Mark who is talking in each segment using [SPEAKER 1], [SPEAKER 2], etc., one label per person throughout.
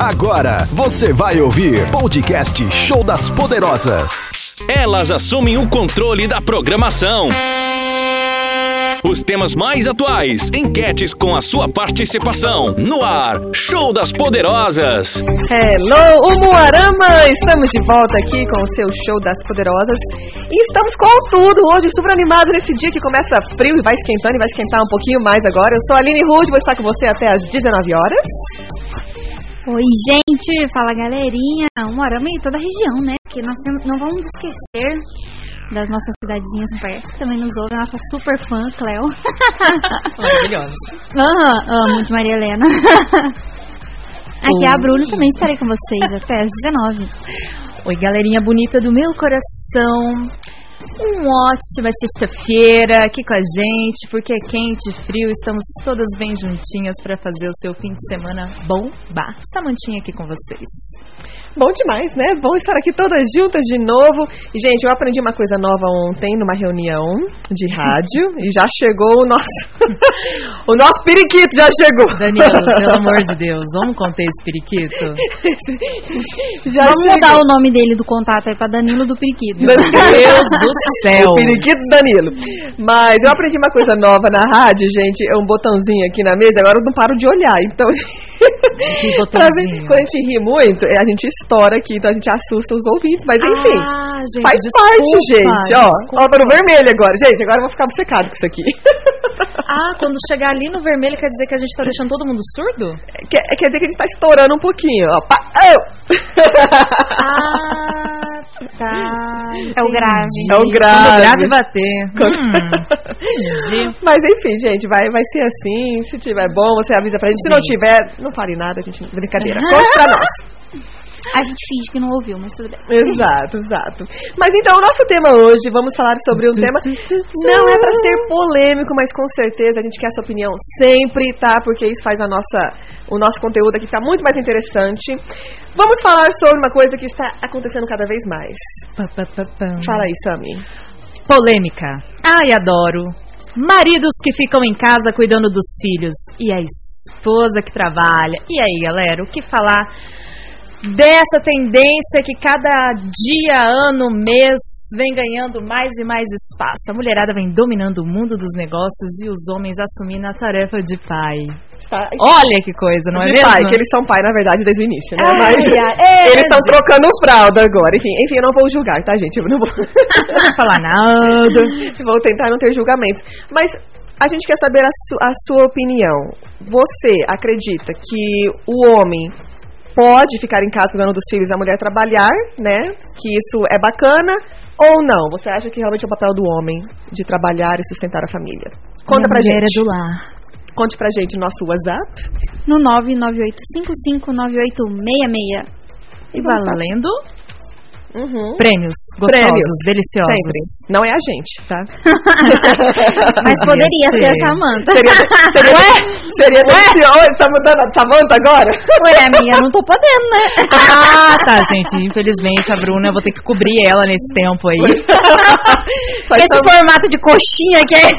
[SPEAKER 1] Agora você vai ouvir podcast Show das Poderosas.
[SPEAKER 2] Elas assumem o controle da programação. Os temas mais atuais, enquetes com a sua participação. No ar, Show das Poderosas.
[SPEAKER 3] Hello, Umuarama! Estamos de volta aqui com o seu Show das Poderosas. E estamos com tudo hoje, super animado nesse dia que começa frio e vai esquentando e vai esquentar um pouquinho mais agora. Eu sou a Aline Rude, vou estar com você até às 19 horas.
[SPEAKER 4] Oi, gente, fala galerinha. Moramos em toda a região, né? Porque nós temos- não vamos esquecer das nossas cidadezinhas perto, que também nos ouve a nossa super fã, Cléo.
[SPEAKER 3] Maravilhosa.
[SPEAKER 4] Aham, amo de Maria Helena. Aqui é a Bruno, também estarei com vocês até às 19.
[SPEAKER 5] Oi, galerinha bonita do meu coração. Uma ótima sexta-feira Tá aqui com a gente, porque é quente e frio, estamos todas bem juntinhas para fazer o seu fim de semana bombar. Samantinha aqui com vocês.
[SPEAKER 3] Bom demais, né? Bom estar aqui todas juntas de novo. E, gente, eu aprendi uma coisa nova ontem numa reunião de rádio e já chegou o nosso. o nosso periquito já chegou.
[SPEAKER 5] Danilo, pelo amor de Deus, vamos conter esse periquito?
[SPEAKER 3] já
[SPEAKER 4] Vamos
[SPEAKER 3] chegou.
[SPEAKER 4] mudar o nome dele do contato aí pra Danilo do Periquito.
[SPEAKER 3] Meu Deus
[SPEAKER 5] do céu.
[SPEAKER 3] O periquito Danilo. Mas eu aprendi uma coisa nova na rádio, gente. É um botãozinho aqui na mesa, agora eu não paro de olhar. Então. pra ver-
[SPEAKER 5] botãozinho?
[SPEAKER 3] Quando a gente ri muito, é, a gente estoura aqui, então a gente assusta os ouvintes, mas enfim.
[SPEAKER 5] Ah, gente,
[SPEAKER 3] Faz
[SPEAKER 5] desculpa,
[SPEAKER 3] parte, gente. Ó, ó, tá no vermelho agora. Gente, agora eu vou ficar obcecado com isso aqui.
[SPEAKER 5] Ah, quando chegar ali no vermelho quer dizer que a gente tá deixando todo mundo surdo?
[SPEAKER 3] Quer, quer dizer que a gente tá estourando um pouquinho. Ó. Pa- Au!
[SPEAKER 5] Ah, tá.
[SPEAKER 4] É o grave.
[SPEAKER 3] É o grave.
[SPEAKER 5] Quando o grave bater.
[SPEAKER 3] Quando-
[SPEAKER 5] Hum, Entendi.
[SPEAKER 3] Mas enfim, gente, vai, vai ser assim. Se tiver bom, você avisa pra gente. Se não
[SPEAKER 5] Gente.
[SPEAKER 3] tiver, não fale nada, a gente. Brincadeira. Conta pra nós.
[SPEAKER 4] A gente finge que não ouviu, mas tudo bem.
[SPEAKER 3] Exato, exato. Mas então, o nosso tema hoje, vamos falar sobre um tema. Não é pra ser polêmico, mas com certeza a gente quer a sua opinião sempre, tá? Porque isso faz a nossa, o nosso conteúdo aqui ficar muito mais interessante. Vamos falar sobre uma coisa que está acontecendo cada vez mais.
[SPEAKER 5] Pá, pá, pá, pá.
[SPEAKER 3] Fala aí, Sami.
[SPEAKER 5] Polêmica. Ai, adoro. Maridos que ficam em casa cuidando dos filhos. E a esposa que trabalha. E aí, galera, o que falar dessa tendência que cada dia, ano, mês vem ganhando mais e mais espaço? A mulherada vem dominando o mundo dos negócios e os homens assumindo a tarefa de pai.
[SPEAKER 3] Tá.
[SPEAKER 5] Olha que coisa, não é
[SPEAKER 3] de
[SPEAKER 5] mesmo?
[SPEAKER 3] pai, que eles são pai, na verdade, desde o início, né?
[SPEAKER 5] Ai,
[SPEAKER 3] Mas
[SPEAKER 5] ai, é,
[SPEAKER 3] eles estão
[SPEAKER 5] gente.
[SPEAKER 3] trocando fralda agora. Enfim, enfim, eu não vou julgar, tá, gente? Eu não vou.
[SPEAKER 5] Não vou falar nada.
[SPEAKER 3] Vou tentar não ter julgamentos. Mas a gente quer saber a, su- a sua opinião. Você acredita que o homem pode ficar em casa cuidando dos filhos e a mulher trabalhar, né? Que isso é bacana ou não? Você acha que realmente é o papel do homem de trabalhar e sustentar a família? Conta
[SPEAKER 5] Minha
[SPEAKER 3] pra
[SPEAKER 5] mulher
[SPEAKER 3] gente.
[SPEAKER 5] é do lar.
[SPEAKER 3] Conte pra gente no nosso WhatsApp.
[SPEAKER 4] No 998559866.
[SPEAKER 5] E valendo
[SPEAKER 3] Uhum.
[SPEAKER 5] prêmios gostosos,
[SPEAKER 3] Prêmios,
[SPEAKER 5] deliciosos.
[SPEAKER 3] Sempre. Não é a gente, tá?
[SPEAKER 4] Mas poderia ser
[SPEAKER 5] ser.
[SPEAKER 4] a Samanta.
[SPEAKER 3] Seria, seria, seria delicioso. Tá mudando a Samanta agora?
[SPEAKER 4] Ué, amiga, não tô podendo, né?
[SPEAKER 5] Ah, tá, gente. Infelizmente, a Bruna, eu vou ter que cobrir ela nesse tempo aí.
[SPEAKER 3] Só
[SPEAKER 4] Esse
[SPEAKER 3] estamos-
[SPEAKER 4] formato de coxinha que é.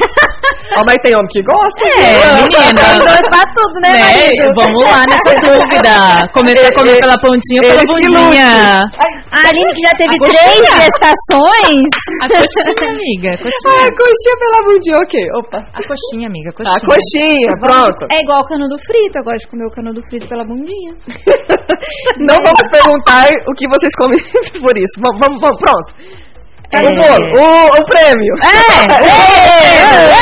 [SPEAKER 3] Ó, mas tem homem que gosta.
[SPEAKER 5] É, menina.
[SPEAKER 4] Tem dois pra tudo,
[SPEAKER 3] é,
[SPEAKER 4] né,
[SPEAKER 5] Né?
[SPEAKER 4] marido?
[SPEAKER 5] Vamos lá nessa dúvida. Começar a comer pela pontinha ou pela
[SPEAKER 3] Eles que
[SPEAKER 5] bundinha.
[SPEAKER 4] A Aline que já teve
[SPEAKER 5] A coxinha.
[SPEAKER 4] três gestações.
[SPEAKER 5] A coxinha, amiga. A
[SPEAKER 3] Ah,
[SPEAKER 5] coxinha,
[SPEAKER 3] coxinha pela bundinha, ok. Opa. Ah,
[SPEAKER 5] a coxinha amiga. A coxinha. Tá
[SPEAKER 3] A coxinha, pronto.
[SPEAKER 4] É igual canudo frito, eu gosto de comer o canudo frito pela bundinha.
[SPEAKER 3] Não vamos perguntar o que vocês comem por isso. Vamos, vamos, vamos, pronto.
[SPEAKER 5] É.
[SPEAKER 3] O bolo, o, o prêmio.
[SPEAKER 5] É!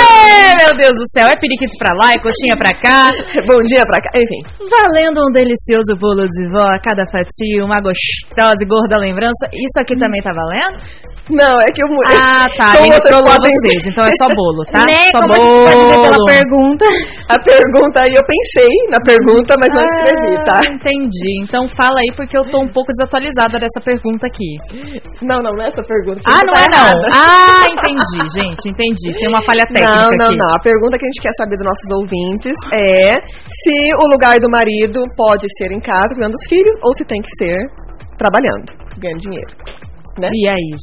[SPEAKER 5] É, Meu Deus do céu, é periquito pra lá, é coxinha pra cá.
[SPEAKER 3] Bom dia pra cá. Enfim,
[SPEAKER 5] Valendo um delicioso bolo de vó a cada fatia, uma gostosa e gorda lembrança. Isso aqui também tá valendo?
[SPEAKER 3] não, é que eu mudei.
[SPEAKER 5] Ah, tá.
[SPEAKER 3] Como
[SPEAKER 5] Ele
[SPEAKER 3] vocês
[SPEAKER 5] trollou
[SPEAKER 3] podem
[SPEAKER 5] vocês.
[SPEAKER 3] ver.
[SPEAKER 5] Então é só bolo, tá?
[SPEAKER 4] né?
[SPEAKER 5] Só
[SPEAKER 4] Como
[SPEAKER 5] bolo.
[SPEAKER 4] a gente pode ver pela pergunta.
[SPEAKER 3] A pergunta aí, eu pensei na pergunta, mas não escrevi, tá?
[SPEAKER 5] Ah, entendi. Então fala aí, porque eu tô um pouco desatualizada dessa pergunta aqui.
[SPEAKER 3] Não, não, não é essa pergunta.
[SPEAKER 5] Ah,
[SPEAKER 3] Você
[SPEAKER 5] não
[SPEAKER 3] tá
[SPEAKER 5] é não.
[SPEAKER 3] errada.
[SPEAKER 5] Ah, entendi, gente. Entendi. Tem uma falha
[SPEAKER 3] Não,
[SPEAKER 5] técnica
[SPEAKER 3] não,
[SPEAKER 5] aqui.
[SPEAKER 3] não. A pergunta que a gente quer saber dos nossos ouvintes é se o lugar do marido pode ser em casa cuidando dos filhos ou se tem que ser trabalhando, ganhando dinheiro.
[SPEAKER 5] E aí,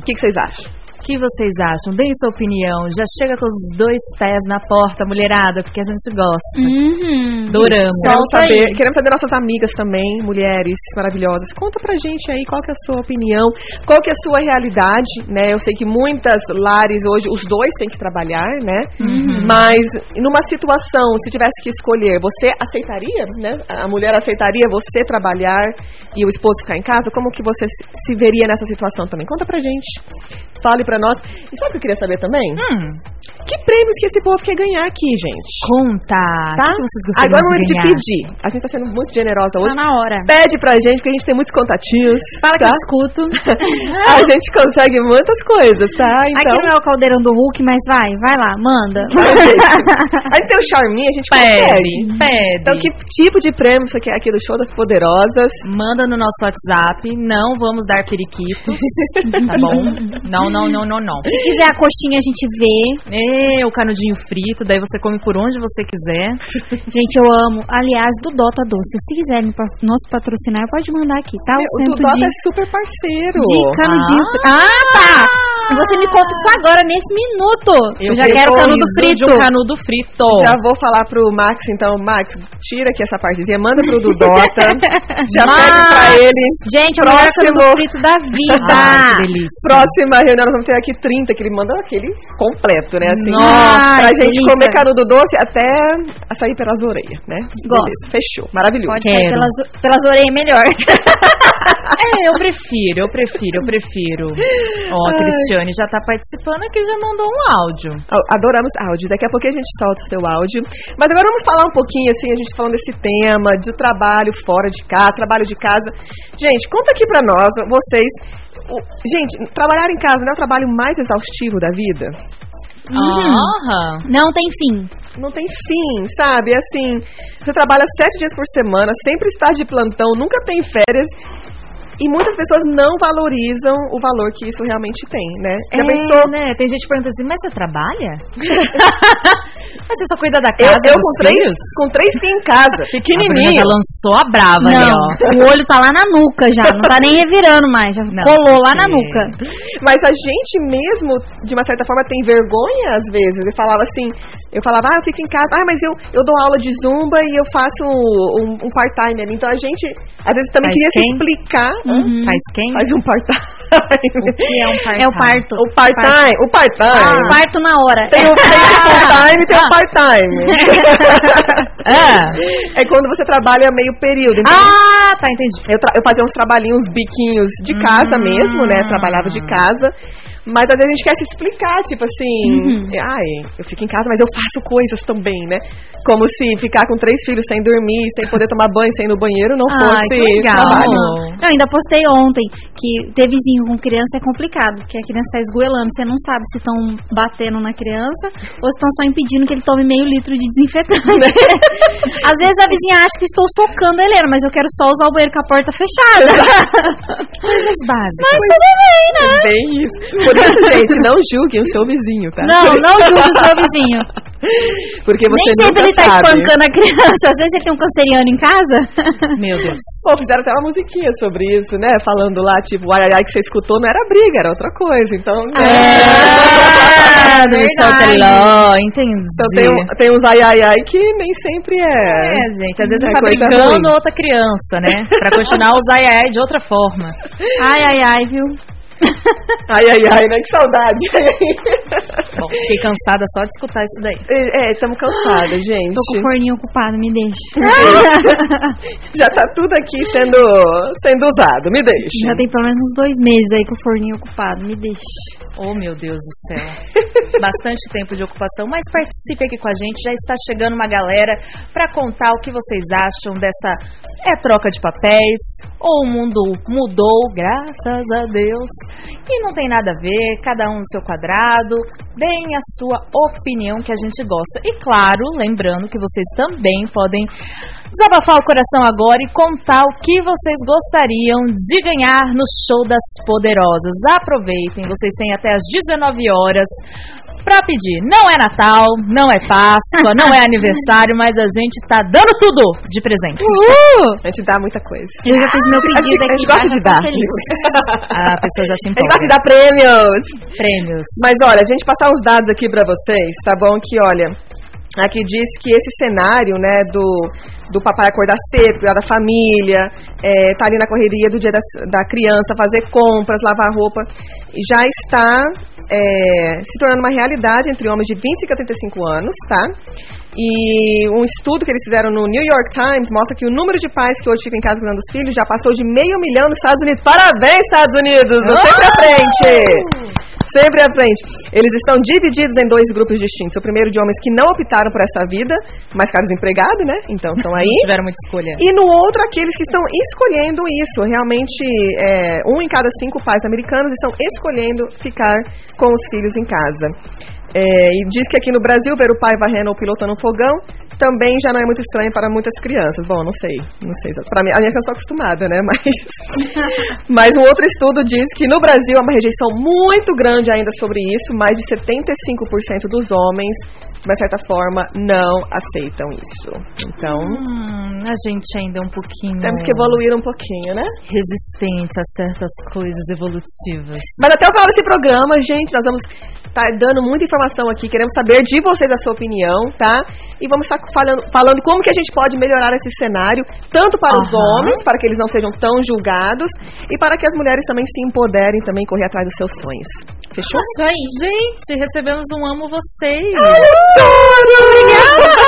[SPEAKER 3] O que, que vocês acham?
[SPEAKER 5] que vocês acham? Deem sua opinião. Já chega com os dois pés na porta, mulherada, porque a gente gosta.
[SPEAKER 4] Uhum.
[SPEAKER 5] Adoramos.
[SPEAKER 4] Solta
[SPEAKER 3] Queremos saber,
[SPEAKER 4] aí.
[SPEAKER 3] queremos saber nossas amigas também, mulheres maravilhosas. Conta pra gente aí qual que é a sua opinião, qual que é a sua realidade, né? Eu sei que muitas lares hoje, os dois têm que trabalhar, né?
[SPEAKER 4] Uhum.
[SPEAKER 3] Mas numa situação, se tivesse que escolher, você aceitaria, né? A mulher aceitaria você trabalhar e o esposo ficar em casa? Como que você se- se veria nessa situação também? Conta pra gente. Fale pra nós. E sabe o que eu queria saber também?
[SPEAKER 5] Hum,
[SPEAKER 3] Que prêmios que esse povo quer ganhar aqui, gente?
[SPEAKER 5] conta.
[SPEAKER 3] Tá?
[SPEAKER 5] O que vocês
[SPEAKER 3] Agora é o
[SPEAKER 5] gostariam
[SPEAKER 3] momento
[SPEAKER 5] de
[SPEAKER 3] de
[SPEAKER 5] ganhar?
[SPEAKER 3] pedir. A gente tá sendo muito generosa
[SPEAKER 4] Tá
[SPEAKER 3] hoje.
[SPEAKER 4] na hora.
[SPEAKER 3] Pede pra gente, porque a gente tem muitos contatinhos.
[SPEAKER 4] Fala que
[SPEAKER 3] tá?
[SPEAKER 4] eu escuto.
[SPEAKER 3] A gente consegue muitas coisas, tá? Então.
[SPEAKER 4] Aqui não é o caldeirão do Hulk, mas vai, vai lá, manda.
[SPEAKER 3] A gente tem o charminho, a gente consegue.
[SPEAKER 5] Pede, pede.
[SPEAKER 3] Então, que tipo de prêmio você quer aqui do Show das Poderosas?
[SPEAKER 5] Manda no nosso WhatsApp. Não vamos dar periquitos, tá bom? Não, não, não, não, não.
[SPEAKER 4] Se quiser a coxinha, a gente vê.
[SPEAKER 5] É, o canudinho frito, daí você come por onde você quiser.
[SPEAKER 4] Gente, eu amo. Aliás, do Dota Doce. Se quiser me pa- nos patrocinar, pode mandar aqui, tá? O
[SPEAKER 3] o
[SPEAKER 4] centro
[SPEAKER 3] Dudota
[SPEAKER 4] de,
[SPEAKER 3] é super parceiro.
[SPEAKER 4] de canudinho frito. Ah, tá! Você me conta isso agora, nesse minuto. Eu, já quero
[SPEAKER 5] preciso
[SPEAKER 4] canudo
[SPEAKER 5] De
[SPEAKER 4] frito.
[SPEAKER 5] um canudo frito.
[SPEAKER 3] Já vou falar pro Max, então, Max, tira aqui essa partezinha, manda pro Dudota. já pede pra
[SPEAKER 4] Max!
[SPEAKER 3] ele.
[SPEAKER 4] Gente, é o melhor
[SPEAKER 3] Próximo.
[SPEAKER 4] canudo frito da vida.
[SPEAKER 5] Ai, que delícia.
[SPEAKER 3] Próxima reunião, nós vamos ter aqui 30, que ele manda aquele completo, né? Assim,
[SPEAKER 4] Nossa,
[SPEAKER 3] pra
[SPEAKER 4] que
[SPEAKER 3] gente
[SPEAKER 4] delícia.
[SPEAKER 3] comer canudo doce até sair pelas orelhas, né?
[SPEAKER 4] Gosto.
[SPEAKER 3] Beleza, fechou. Maravilhoso.
[SPEAKER 4] Pode sair
[SPEAKER 5] Quero.
[SPEAKER 4] pelas, pelas orelhas melhor.
[SPEAKER 5] É, eu prefiro, eu prefiro, eu prefiro. Ó, a
[SPEAKER 3] Ai.
[SPEAKER 5] Cristiane já tá participando aqui, já mandou um áudio.
[SPEAKER 3] A- Adoramos áudio. Daqui a pouco a gente solta o seu áudio. Mas agora vamos falar um pouquinho, assim, a gente falando desse tema, do trabalho fora de casa, trabalho de casa. Gente, conta aqui pra nós, vocês. o- Gente, trabalhar em casa não é o trabalho mais exaustivo da vida? Uhum.
[SPEAKER 5] Aham.
[SPEAKER 4] Uhum. Não tem fim.
[SPEAKER 3] Não tem fim, sabe? É Assim, você trabalha sete dias por semana, sempre está de plantão, nunca tem férias. E muitas pessoas não valorizam o valor que isso realmente tem, né? Já pensou?
[SPEAKER 5] né? Tem gente perguntando assim, mas você trabalha? mas você só cuida da
[SPEAKER 3] Eu,
[SPEAKER 5] casa
[SPEAKER 3] eu
[SPEAKER 5] dos
[SPEAKER 3] com, três,
[SPEAKER 5] filhos?
[SPEAKER 3] com três filhos em casa,
[SPEAKER 5] A Bruna
[SPEAKER 3] pequenininho.
[SPEAKER 5] já lançou a brava ali,
[SPEAKER 4] Não,
[SPEAKER 5] ó.
[SPEAKER 4] o olho tá lá na nuca já, não tá nem revirando mais, já
[SPEAKER 5] Não,
[SPEAKER 4] colou lá na
[SPEAKER 5] porque-
[SPEAKER 4] nuca.
[SPEAKER 3] Mas a gente mesmo, de uma certa forma, tem vergonha às vezes. Eu falava assim, eu falava, ah, eu fico em casa, ah, mas eu, eu dou aula de zumba e eu faço um, um- um part-time ali. Então a gente, às vezes, também
[SPEAKER 5] Faz
[SPEAKER 3] queria se
[SPEAKER 5] quem?
[SPEAKER 3] explicar.
[SPEAKER 5] Faz quem?
[SPEAKER 3] Faz um part-time.
[SPEAKER 5] O que é um Ah.
[SPEAKER 4] É o parto.
[SPEAKER 3] O part-time, o part-time.
[SPEAKER 4] O Ah, um parto na hora. É.
[SPEAKER 3] Tem o tem o full-time e tem o part-time.
[SPEAKER 5] Ah.
[SPEAKER 3] É quando você trabalha meio período. Então,
[SPEAKER 5] Ah, tá, entendi.
[SPEAKER 3] eu, tra- eu fazia uns trabalhinhos, biquinhos de casa
[SPEAKER 4] Hum.
[SPEAKER 3] mesmo, né? Trabalhava de casa. Mas às vezes a gente quer se explicar, tipo assim,
[SPEAKER 4] Uhum.
[SPEAKER 3] ai, eu fico em casa, mas eu faço coisas também, né? Como se ficar com três filhos sem dormir, sem poder tomar banho, sem ir no banheiro, não
[SPEAKER 5] Ai,
[SPEAKER 4] Ah,
[SPEAKER 3] fosse
[SPEAKER 5] que legal.
[SPEAKER 3] trabalho.
[SPEAKER 4] Eu ainda postei ontem que ter vizinho com criança é complicado, porque a criança tá esgoelando, você não sabe se estão batendo na criança ou se estão só impedindo que ele tome meio litro de desinfetante. Às vezes a vizinha acha que estou socando a Helena, mas eu quero só usar o banheiro com a porta fechada.
[SPEAKER 5] Coisas básicas.
[SPEAKER 4] mas tudo bem, né?
[SPEAKER 3] Bem isso. Por isso, gente, não julguem o seu vizinho, tá?
[SPEAKER 4] Não, não julgue o seu vizinho.
[SPEAKER 3] Porque você
[SPEAKER 4] Nem sempre
[SPEAKER 3] nunca
[SPEAKER 4] ele tá
[SPEAKER 3] sabe.
[SPEAKER 4] espancando a criança, às vezes ele tem um canceriano em casa.
[SPEAKER 5] Meu Deus.
[SPEAKER 3] Pô, fizeram até uma musiquinha sobre isso, né? Falando lá, tipo, o ai, ai, ai que você escutou não era briga, era outra coisa. Então,
[SPEAKER 5] Ah,
[SPEAKER 4] Ah,
[SPEAKER 5] do Michel
[SPEAKER 4] verdade.
[SPEAKER 5] Teló, entendi.
[SPEAKER 3] Então tem, um- tem uns ai ai ai que nem sempre
[SPEAKER 5] É,
[SPEAKER 3] é.
[SPEAKER 5] gente, às vezes
[SPEAKER 3] é
[SPEAKER 5] tá
[SPEAKER 3] coisa
[SPEAKER 5] brigando
[SPEAKER 3] ruim.
[SPEAKER 5] outra criança, né? Pra continuar a usar ai ai de outra forma.
[SPEAKER 4] Ai, ai, ai, viu?
[SPEAKER 3] Ai ai ai, né? Que saudade.
[SPEAKER 5] Bom, fiquei cansada só de escutar isso daí.
[SPEAKER 3] é, estamos cansadas, gente.
[SPEAKER 4] Tô com o forninho ocupado, me deixa.
[SPEAKER 3] Gente, Já tá tudo aqui sendo, sendo usado, me
[SPEAKER 4] Já
[SPEAKER 3] deixa.
[SPEAKER 4] tem pelo menos uns dois meses aí com o forninho ocupado, me deixa.
[SPEAKER 5] Oh, meu Deus do céu. Bastante tempo de ocupação, mas participe aqui com a gente. Já está chegando uma galera pra contar o que vocês acham dessa é troca de papéis ou o mundo mudou, graças a Deus. E não tem nada a ver, cada um no seu quadrado. Deem a sua opinião que a gente gosta. E claro, lembrando que vocês também podem desabafar o coração agora e contar o que vocês gostariam de ganhar no show das poderosas. Aproveitem, vocês têm até as 19 horas pra pedir. Não é Natal, não é Páscoa, não é aniversário, mas a gente tá dando tudo de presente.
[SPEAKER 4] Uhul!
[SPEAKER 3] A gente dá muita coisa.
[SPEAKER 4] Eu já fiz meu
[SPEAKER 3] A gente,
[SPEAKER 4] pedido
[SPEAKER 3] a
[SPEAKER 4] aqui,
[SPEAKER 3] gente
[SPEAKER 4] tá?
[SPEAKER 3] gosta
[SPEAKER 4] Já
[SPEAKER 3] de
[SPEAKER 4] tô
[SPEAKER 3] dar.
[SPEAKER 4] feliz.
[SPEAKER 5] A pessoa já
[SPEAKER 3] A
[SPEAKER 5] se
[SPEAKER 3] gente gosta de
[SPEAKER 5] empolga.
[SPEAKER 3] dar prêmios.
[SPEAKER 5] Prêmios.
[SPEAKER 3] Mas olha, a gente passar os dados aqui pra vocês, tá bom? Que olha, aqui diz que esse cenário, né, do, do papai acordar cedo, cuidar da família, é, tá ali na correria do dia da, da criança, fazer compras, lavar roupa, já está é, se tornando uma realidade entre homens de 25 a 35 anos, tá? E um estudo que eles fizeram no New York Times mostra que o número de pais que hoje ficam em casa cuidando dos filhos já passou de meio milhão nos Estados Unidos. Parabéns, Estados Unidos! Você é pra frente! Sempre à frente. Eles estão divididos em dois grupos distintos. O primeiro de homens que não optaram por essa vida, mas ficaram desempregados, né? Então estão aí.
[SPEAKER 5] Tiveram muita escolha.
[SPEAKER 3] E no outro, aqueles que estão escolhendo isso. Realmente, é, um em cada cinco pais americanos estão escolhendo ficar com os filhos em casa. É, e diz que aqui no Brasil, ver o pai varrendo ou pilotando um fogão também já não é muito estranho para muitas crianças. Bom, não sei, não sei. Para mim, a minha criança está acostumada, né? Mas mas um outro estudo diz que no Brasil há uma rejeição muito grande ainda sobre isso. Mais de 75% dos homens, de uma certa forma, não aceitam isso. Então,
[SPEAKER 5] Hum, a gente ainda é um pouquinho
[SPEAKER 3] temos que evoluir um pouquinho, né?
[SPEAKER 5] resistente a certas coisas evolutivas.
[SPEAKER 3] Mas até o final desse programa, gente, nós vamos estar dando muita informação aqui. Queremos saber de vocês a sua opinião, tá? E vamos estar falando, falando como que a gente pode melhorar esse cenário, tanto para os
[SPEAKER 5] Aham.
[SPEAKER 3] homens, para que eles não sejam tão julgados, e para que as mulheres também se empoderem, também correr atrás dos seus sonhos. Fechou?
[SPEAKER 5] Isso aí, gente, recebemos um amo vocês.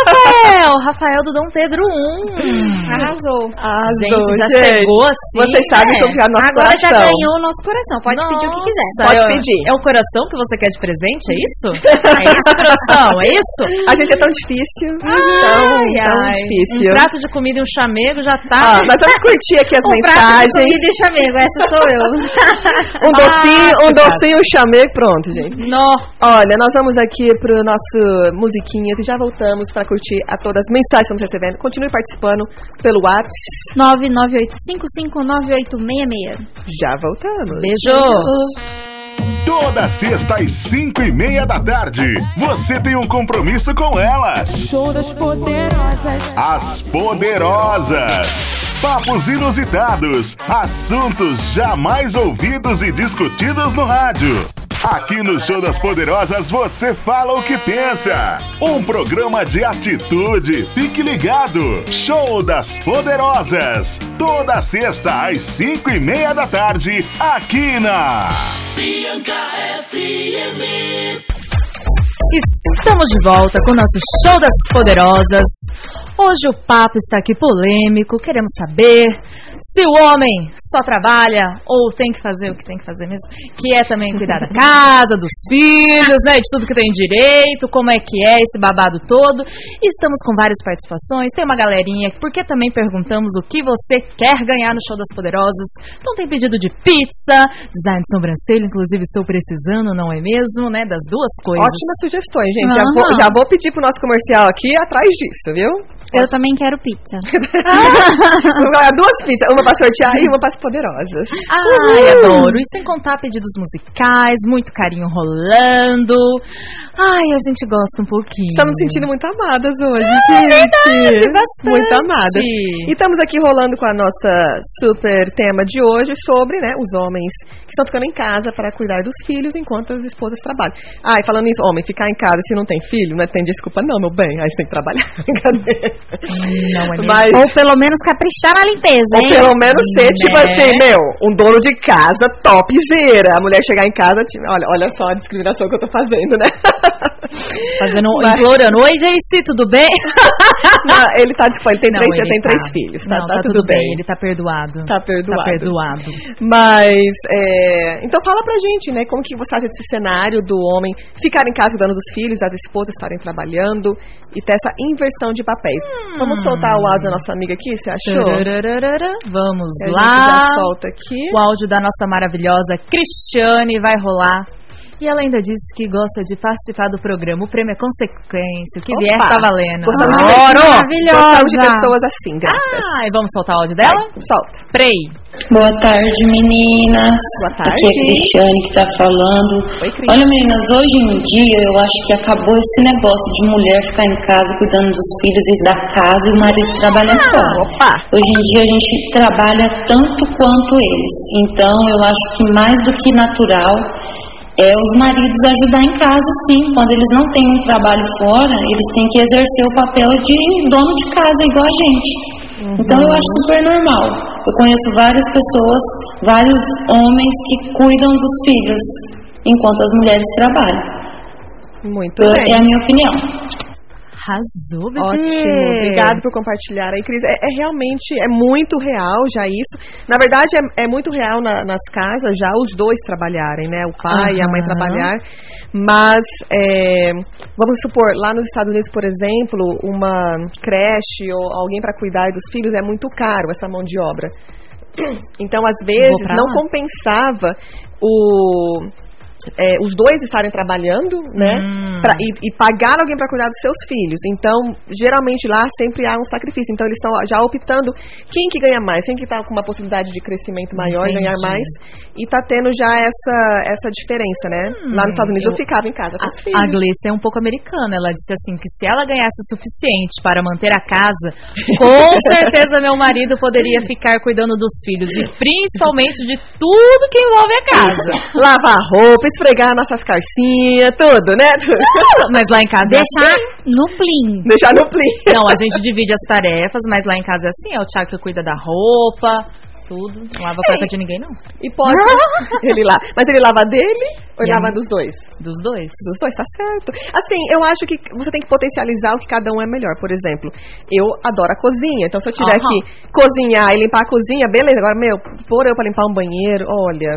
[SPEAKER 5] Rafael, Rafael do Dom Pedro I.
[SPEAKER 4] Arrasou.
[SPEAKER 5] Ah, gente,
[SPEAKER 3] Hum. Arrasou,
[SPEAKER 5] já
[SPEAKER 3] gente.
[SPEAKER 5] chegou assim.
[SPEAKER 3] Vocês sabem
[SPEAKER 5] né?
[SPEAKER 3] que eu já no nosso
[SPEAKER 4] Agora já
[SPEAKER 3] coração.
[SPEAKER 4] ganhou o nosso coração. Pode pedir o que quiser.
[SPEAKER 5] Nossa,
[SPEAKER 3] Pode
[SPEAKER 5] é o-
[SPEAKER 3] pedir.
[SPEAKER 5] É o coração que você quer de presente, é isso? É isso, coração? É isso?
[SPEAKER 3] A gente é tão difícil. tão,
[SPEAKER 5] Ai,
[SPEAKER 3] tão
[SPEAKER 5] ai.
[SPEAKER 3] difícil. Ah,
[SPEAKER 5] Um prato de comida e um chamego já
[SPEAKER 3] Ó,
[SPEAKER 5] tá.
[SPEAKER 3] nós vamos curtir aqui as
[SPEAKER 5] Um
[SPEAKER 4] O prato de
[SPEAKER 3] mensagens.
[SPEAKER 4] comida e o chamego, essa sou eu. Ah,
[SPEAKER 3] Um docinho, um
[SPEAKER 5] Massa,
[SPEAKER 3] docinho, um chamei, pronto, gente.
[SPEAKER 5] Nó.
[SPEAKER 3] Olha, nós vamos aqui pro nosso musiquinhas e já voltamos para curtir a todas as mensagens que estamos recebendo. Continue participando pelo WhatsApp.
[SPEAKER 4] 998559866.
[SPEAKER 3] Já voltamos.
[SPEAKER 5] Beijo.
[SPEAKER 6] Toda sexta às cinco e meia da tarde, você tem um compromisso com elas.
[SPEAKER 7] Show das poderosas.
[SPEAKER 6] As Poderosas. Papos inusitados, assuntos jamais ouvidos e discutidos no rádio. Aqui no Show das Poderosas você fala o que pensa. Um programa de atitude. Fique ligado. Show das Poderosas. Toda sexta às cinco e meia da tarde aqui na.
[SPEAKER 5] Estamos de volta com o nosso Show das Poderosas. Hoje o papo está aqui polêmico. Queremos saber se o homem só trabalha ou tem que fazer o que tem que fazer mesmo, que é também cuidar da casa, dos filhos, né, de tudo que tem direito, como é que é esse babado todo. E estamos com várias participações, tem uma galerinha, porque também perguntamos o que você quer ganhar no Show das Poderosas. Então tem pedido de pizza, design de sobrancelha, inclusive estou precisando, não é mesmo, né, das duas coisas.
[SPEAKER 3] Ótimas sugestões, gente. Já,
[SPEAKER 4] Aham.
[SPEAKER 3] vou, já vou pedir pro nosso comercial aqui atrás disso, viu?
[SPEAKER 4] Eu também quero pizza.
[SPEAKER 3] Vamos ganhar duas pistas, uma pra sortear e uma para as poderosas.
[SPEAKER 4] Ah,
[SPEAKER 5] Ai, adoro. E sem contar pedidos musicais, muito carinho rolando. Ai, a gente gosta um pouquinho. Ah, é
[SPEAKER 3] Estamos Tá sentindo muito amadas hoje, gente.
[SPEAKER 5] bastante.
[SPEAKER 3] muito amadas. E estamos aqui rolando com a nossa super tema de hoje sobre, né, os homens que estão ficando em casa para cuidar dos filhos enquanto as esposas trabalham. Ah, e falando isso, homem, ficar em casa se não tem filho, não é, tem desculpa não, meu bem, aí você tem que trabalhar. Cadê?
[SPEAKER 5] Não é mesmo?
[SPEAKER 3] Mas
[SPEAKER 4] Ou pelo menos caprichar na limpeza,
[SPEAKER 3] ou
[SPEAKER 4] hein?
[SPEAKER 3] pelo menos ser,
[SPEAKER 5] Né?
[SPEAKER 3] tipo assim, meu, um dono de casa topzera. A mulher chegar em casa, tipo, olha, olha só a discriminação que eu tô fazendo, né?
[SPEAKER 5] Fazendo, um
[SPEAKER 3] Mas-
[SPEAKER 5] implorando. Oi, JC, tudo bem?
[SPEAKER 3] Não, ele tá disponível, tem
[SPEAKER 5] Não,
[SPEAKER 3] três,
[SPEAKER 5] ele
[SPEAKER 3] tem
[SPEAKER 5] tá.
[SPEAKER 3] três filhos, tá,
[SPEAKER 5] Não,
[SPEAKER 3] tá
[SPEAKER 5] tá,
[SPEAKER 3] tudo, bem.
[SPEAKER 5] Ele tá perdoado.
[SPEAKER 3] Tá perdoado.
[SPEAKER 5] Tá perdoado.
[SPEAKER 3] Mas, é, então fala pra gente, né, como que você acha desse cenário do homem ficar em casa cuidando dos filhos, as esposas estarem trabalhando e ter essa inversão de papéis.
[SPEAKER 5] Hum.
[SPEAKER 3] Vamos soltar o áudio da nossa amiga aqui, você achou?
[SPEAKER 5] Tarararara. Vamos
[SPEAKER 3] A gente
[SPEAKER 5] lá.
[SPEAKER 3] já solta aqui.
[SPEAKER 5] O áudio da nossa maravilhosa Cristiane vai rolar. E ela ainda disse que gosta de participar do programa. O prêmio é consequência. O que vier
[SPEAKER 3] Opa!
[SPEAKER 5] tá valendo.
[SPEAKER 3] Gostamos de- Gostamos de pessoas assim, graças.
[SPEAKER 5] Ah, e vamos soltar o áudio dela?
[SPEAKER 3] Solta.
[SPEAKER 5] Prei.
[SPEAKER 8] Boa tarde, meninas.
[SPEAKER 3] Boa tarde.
[SPEAKER 8] Aqui é a Cristiane que tá falando.
[SPEAKER 3] Oi, Cris.
[SPEAKER 8] Olha, meninas, hoje em dia eu acho que acabou esse negócio de mulher ficar em casa cuidando dos filhos e da casa e o marido trabalha
[SPEAKER 3] Ah,
[SPEAKER 5] Ah!
[SPEAKER 8] fora.
[SPEAKER 3] Então, Opa!
[SPEAKER 8] Hoje em dia a gente trabalha tanto quanto eles. Então eu acho que mais do que natural é os maridos ajudar em casa, sim. Quando eles não têm um trabalho fora, eles têm que exercer o papel de dono de casa, igual a gente.
[SPEAKER 4] Uhum.
[SPEAKER 8] Então eu acho super normal. Eu conheço várias pessoas, vários homens que cuidam dos filhos enquanto as mulheres trabalham.
[SPEAKER 3] Muito
[SPEAKER 8] Eu-
[SPEAKER 3] bem.
[SPEAKER 8] é a minha opinião.
[SPEAKER 5] Arrasou, bebê.
[SPEAKER 3] Ótimo, obrigado por compartilhar aí, Cris. É, é realmente, é muito real já isso. Na verdade, é, é muito real na- nas casas já os dois trabalharem, né? O pai e a mãe
[SPEAKER 5] Aham.
[SPEAKER 3] trabalhar. Mas, é, vamos supor, lá nos Estados Unidos, por exemplo, uma creche ou alguém para cuidar dos filhos é muito caro essa mão de obra. Então, às vezes,
[SPEAKER 5] pra
[SPEAKER 3] não
[SPEAKER 5] lá.
[SPEAKER 3] compensava o, é, os dois estarem trabalhando, né?
[SPEAKER 5] Hum.
[SPEAKER 3] pra- e, e pagar alguém para cuidar dos seus filhos. Então, geralmente lá sempre há um sacrifício. Então, eles estão já optando quem que ganha mais, quem que está com uma possibilidade de crescimento maior,
[SPEAKER 5] Entendi.
[SPEAKER 3] ganhar mais. E tá tendo já essa, essa diferença, né? lá nos Estados Unidos eu,
[SPEAKER 5] Hum, eu-
[SPEAKER 3] ficava em casa com os
[SPEAKER 5] A, a
[SPEAKER 3] filhos.
[SPEAKER 5] Gleice é um pouco americana. Ela disse assim que se ela ganhasse o suficiente para manter a casa, com certeza meu marido poderia ficar cuidando dos filhos e principalmente de tudo que envolve a casa.
[SPEAKER 3] Lavar roupa, esfregar nossas carcinhas, tudo, né?
[SPEAKER 5] Mas lá em casa é
[SPEAKER 4] Deixar no plim.
[SPEAKER 3] Deixar no plim.
[SPEAKER 5] Não, a gente divide as tarefas, mas lá em casa é assim, é o Thiago que cuida da roupa, tudo. Não lava a cueca de ninguém, não.
[SPEAKER 3] E pode. ele lá. Mas ele lava dele ou ele
[SPEAKER 5] Minha
[SPEAKER 3] lava
[SPEAKER 5] mãe.
[SPEAKER 3] dos dois?
[SPEAKER 5] Dos dois.
[SPEAKER 3] Dos dois, tá certo. Assim, eu acho que você tem que potencializar o que cada um é melhor. Por exemplo, eu adoro a cozinha. Então, se eu tiver
[SPEAKER 5] Aham.
[SPEAKER 3] que cozinhar e limpar a cozinha, beleza. Agora, meu, pôr eu pra limpar um banheiro, olha,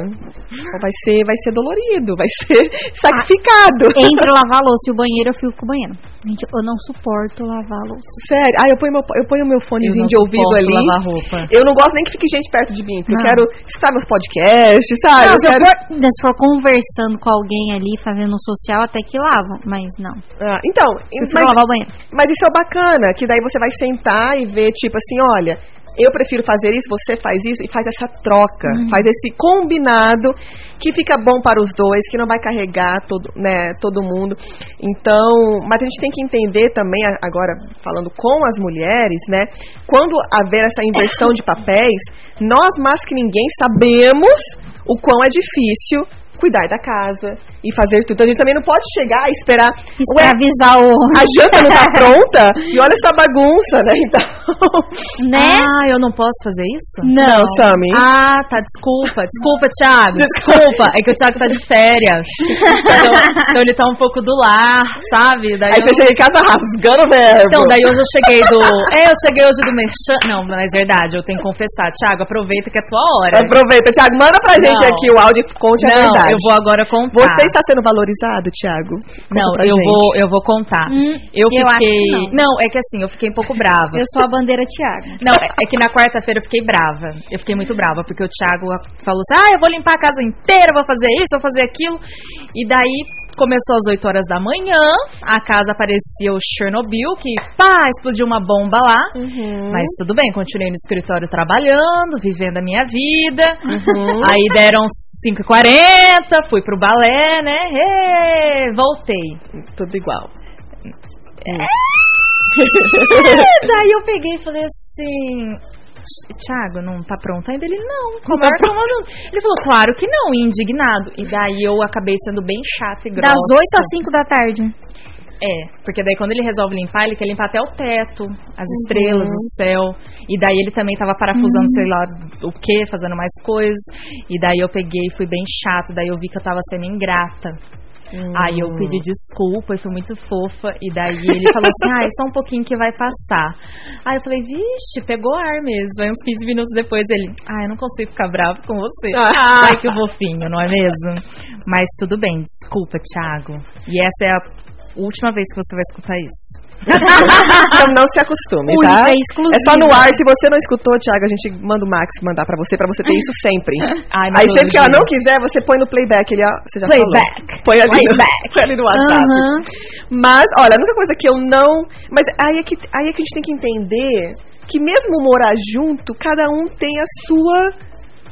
[SPEAKER 3] vai ser, vai ser dolorido, vai ser sacrificado.
[SPEAKER 4] Entre lavar a louça e o banheiro, eu fico com o banheiro. Gente, eu não suporto lavar a louça.
[SPEAKER 3] Sério. Ah, eu ponho meu, eu ponho meu fonezinho de ouvido ali.
[SPEAKER 5] lavar roupa.
[SPEAKER 3] Eu não gosto nem que fique gente perto de mim, porque eu
[SPEAKER 4] Não.
[SPEAKER 3] quero escutar meus podcasts, sabe?
[SPEAKER 4] Não,
[SPEAKER 3] Ah, eu
[SPEAKER 4] se, eu
[SPEAKER 3] quero...
[SPEAKER 4] for, né, se for conversando com alguém ali, fazendo um social, até que lavo. Mas não.
[SPEAKER 3] Ah, então,
[SPEAKER 4] Eu prefiro
[SPEAKER 3] mas,
[SPEAKER 4] lavar o banheiro.
[SPEAKER 3] Mas isso é o bacana, que daí você vai sentar e ver, tipo assim, olha, eu prefiro fazer isso, você faz isso, e faz essa troca, faz esse combinado que fica bom para os dois, que não vai carregar todo, né, todo mundo. Então, mas a gente tem que entender também, a- agora falando com as mulheres, né, quando haver essa inversão de papéis, nós mais que ninguém sabemos o quão é difícil cuidar da casa e fazer tudo. Então, a gente também não pode chegar e esperar, "Ué,
[SPEAKER 4] Escravizar é o
[SPEAKER 3] a janta não tá pronta e olha essa bagunça, né? Então.
[SPEAKER 4] né?
[SPEAKER 5] Ah, eu não posso fazer isso?
[SPEAKER 3] Não, Sammy.
[SPEAKER 5] Ah, tá, desculpa, desculpa, Thiago, desculpa, é que o Thiago tá de férias, então, então ele tá um pouco do lar, sabe, daí
[SPEAKER 3] Aí
[SPEAKER 5] eu
[SPEAKER 3] você chega em casa rasgando o verbo.
[SPEAKER 5] Então, daí hoje eu cheguei do. É, eu cheguei hoje do Merchan. Não, mas é verdade, eu tenho que confessar. Thiago, aproveita que é a tua hora.
[SPEAKER 3] Aproveita, Thiago, manda pra gente
[SPEAKER 5] Não.
[SPEAKER 3] aqui o áudio e conte a
[SPEAKER 5] não,
[SPEAKER 3] verdade.
[SPEAKER 5] eu vou agora contar.
[SPEAKER 3] Você está sendo valorizado, Thiago? Conta
[SPEAKER 5] Não,
[SPEAKER 3] pra
[SPEAKER 5] eu
[SPEAKER 3] gente.
[SPEAKER 5] vou, eu vou contar.
[SPEAKER 4] Hum,
[SPEAKER 5] eu fiquei.
[SPEAKER 4] eu acho que não.
[SPEAKER 5] é que assim, eu fiquei um pouco brava.
[SPEAKER 4] Eu sou a bandeira Tiago.
[SPEAKER 5] Não, é é que na quarta-feira eu fiquei brava. Eu fiquei muito brava, porque o Thiago falou assim: ah, eu vou limpar a casa inteira, vou fazer isso, vou fazer aquilo. E daí começou às 8 horas da manhã, a casa parecia o Chernobyl, que pá, explodiu uma bomba lá.
[SPEAKER 4] Uhum.
[SPEAKER 3] Uhum.
[SPEAKER 5] Mas tudo bem, continuei no escritório trabalhando, vivendo a minha vida.
[SPEAKER 4] Uhum.
[SPEAKER 5] Aí deram 5h40, fui pro balé, né? Ê, voltei.
[SPEAKER 3] Tudo igual.
[SPEAKER 5] Daí eu peguei e falei assim. Thiago, não tá pronto ainda? Ele, não, como é que eu mando? Ele falou, claro que não, e indignado. E daí eu acabei sendo bem chata e grossa.
[SPEAKER 4] Das 8 às 5 da tarde.
[SPEAKER 5] É, porque daí quando ele resolve limpar, ele quer limpar até o teto, as estrelas, o céu. E daí ele também tava parafusando, sei lá, o que, fazendo mais coisas. E daí eu peguei e fui bem chato, daí eu vi que eu tava sendo ingrata. Aí eu pedi desculpa e fui muito fofa. E daí ele falou assim: ah, é só um pouquinho que vai passar. Aí eu falei: vixe, pegou ar mesmo. Aí uns 15 minutos depois ele: ah, eu não consigo ficar bravo com você.
[SPEAKER 3] Ah.
[SPEAKER 5] Ai, que fofinho, não é mesmo? Mas tudo bem, desculpa, Thiago. E essa é a última vez que você vai escutar isso.
[SPEAKER 3] Então não se acostume, tá?
[SPEAKER 4] Única, exclusiva.
[SPEAKER 3] É só no ar. Se você não escutou, Thiago, a gente manda o Max mandar pra você, pra você ter isso sempre.
[SPEAKER 5] Ai, meu
[SPEAKER 3] Aí
[SPEAKER 5] Deus,
[SPEAKER 3] sempre que ela
[SPEAKER 5] gente.
[SPEAKER 3] não quiser, você põe no playback. Ele, ó, você já
[SPEAKER 5] Playback.
[SPEAKER 3] falou. Põe ali,
[SPEAKER 5] Playback.
[SPEAKER 3] No, põe ali no WhatsApp.
[SPEAKER 4] Aham.
[SPEAKER 3] Mas, olha, a única coisa que eu não... Mas aí é que, aí é que a gente tem que entender que mesmo morar junto, cada um tem a sua...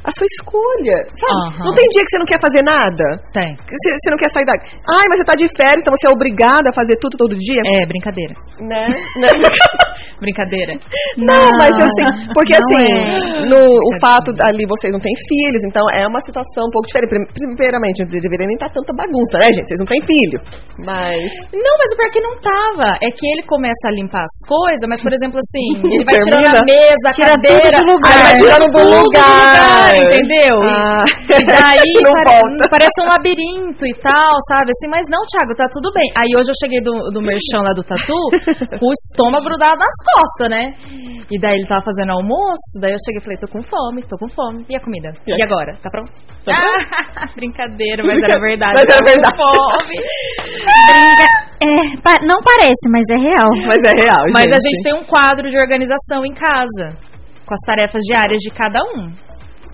[SPEAKER 3] A sua escolha, sabe?
[SPEAKER 5] Aham.
[SPEAKER 3] Não tem dia que você não quer fazer nada.
[SPEAKER 5] Tem.
[SPEAKER 3] Que Você você não quer sair da... Ai, mas você tá de férias, então você é obrigada a fazer tudo todo dia?
[SPEAKER 5] É, brincadeira.
[SPEAKER 3] Né? Né?
[SPEAKER 5] Brincadeira.
[SPEAKER 3] Não, mas
[SPEAKER 4] Não,
[SPEAKER 3] assim, porque
[SPEAKER 4] não
[SPEAKER 3] assim,
[SPEAKER 4] é.
[SPEAKER 3] no, o fato d- ali vocês não têm filhos, então é uma situação um pouco diferente. Prim- Primeiramente, não deveria nem estar tanta bagunça, né, gente? Vocês não têm filho. Mas.
[SPEAKER 5] Não, mas o pior que não tava. É que ele começa a limpar as coisas, mas, por exemplo, assim, ele vai
[SPEAKER 3] Termina.
[SPEAKER 5] tirando a mesa, a
[SPEAKER 4] Tira tudo
[SPEAKER 5] cadeira,
[SPEAKER 4] do lugar.
[SPEAKER 5] aí vai tirando do
[SPEAKER 3] Tudo do
[SPEAKER 5] lugar,
[SPEAKER 3] lugar.
[SPEAKER 5] entendeu? E-
[SPEAKER 3] Ah.
[SPEAKER 5] E daí
[SPEAKER 3] Não
[SPEAKER 5] pare-
[SPEAKER 3] volta.
[SPEAKER 5] parece um labirinto e tal, sabe? Assim, mas não, Thiago, tá tudo bem. Aí hoje eu cheguei do, do merchão lá do Tatu, com o estômago grudado nas costas, né? E daí ele tava fazendo almoço, daí eu cheguei e falei, tô com fome, tô com fome. E a comida? E, agora? Tá pronto? Ah, brincadeira, mas era verdade.
[SPEAKER 3] Mas era
[SPEAKER 5] tava com
[SPEAKER 3] verdade.
[SPEAKER 5] fome.
[SPEAKER 4] Brinca- é, pa- não parece, mas é real.
[SPEAKER 3] Mas é real, gente.
[SPEAKER 5] Mas a gente tem um quadro de organização em casa, com as tarefas diárias de cada um.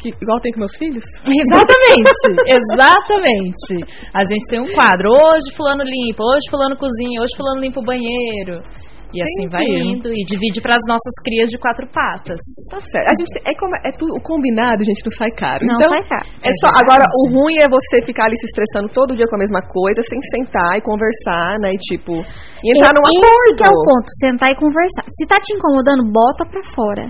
[SPEAKER 3] Que, igual tem com meus filhos?
[SPEAKER 5] Exatamente, exatamente. A gente tem um quadro. Hoje fulano limpa, hoje fulano cozinha, hoje fulano limpa o banheiro. E assim vai
[SPEAKER 3] Entendi.
[SPEAKER 5] indo e divide para as nossas crias de quatro patas.
[SPEAKER 3] Tá certo. A gente, é, como, é tudo, o combinado, gente, não sai caro.
[SPEAKER 4] Não
[SPEAKER 3] então,
[SPEAKER 4] sai caro.
[SPEAKER 3] É só, agora, o ruim é você ficar ali se estressando todo dia com a mesma coisa, sem sentar e conversar, né? E tipo, e entrar num
[SPEAKER 4] Esse
[SPEAKER 3] acordo.
[SPEAKER 4] que é o ponto, sentar e conversar. Se tá te incomodando, bota pra fora.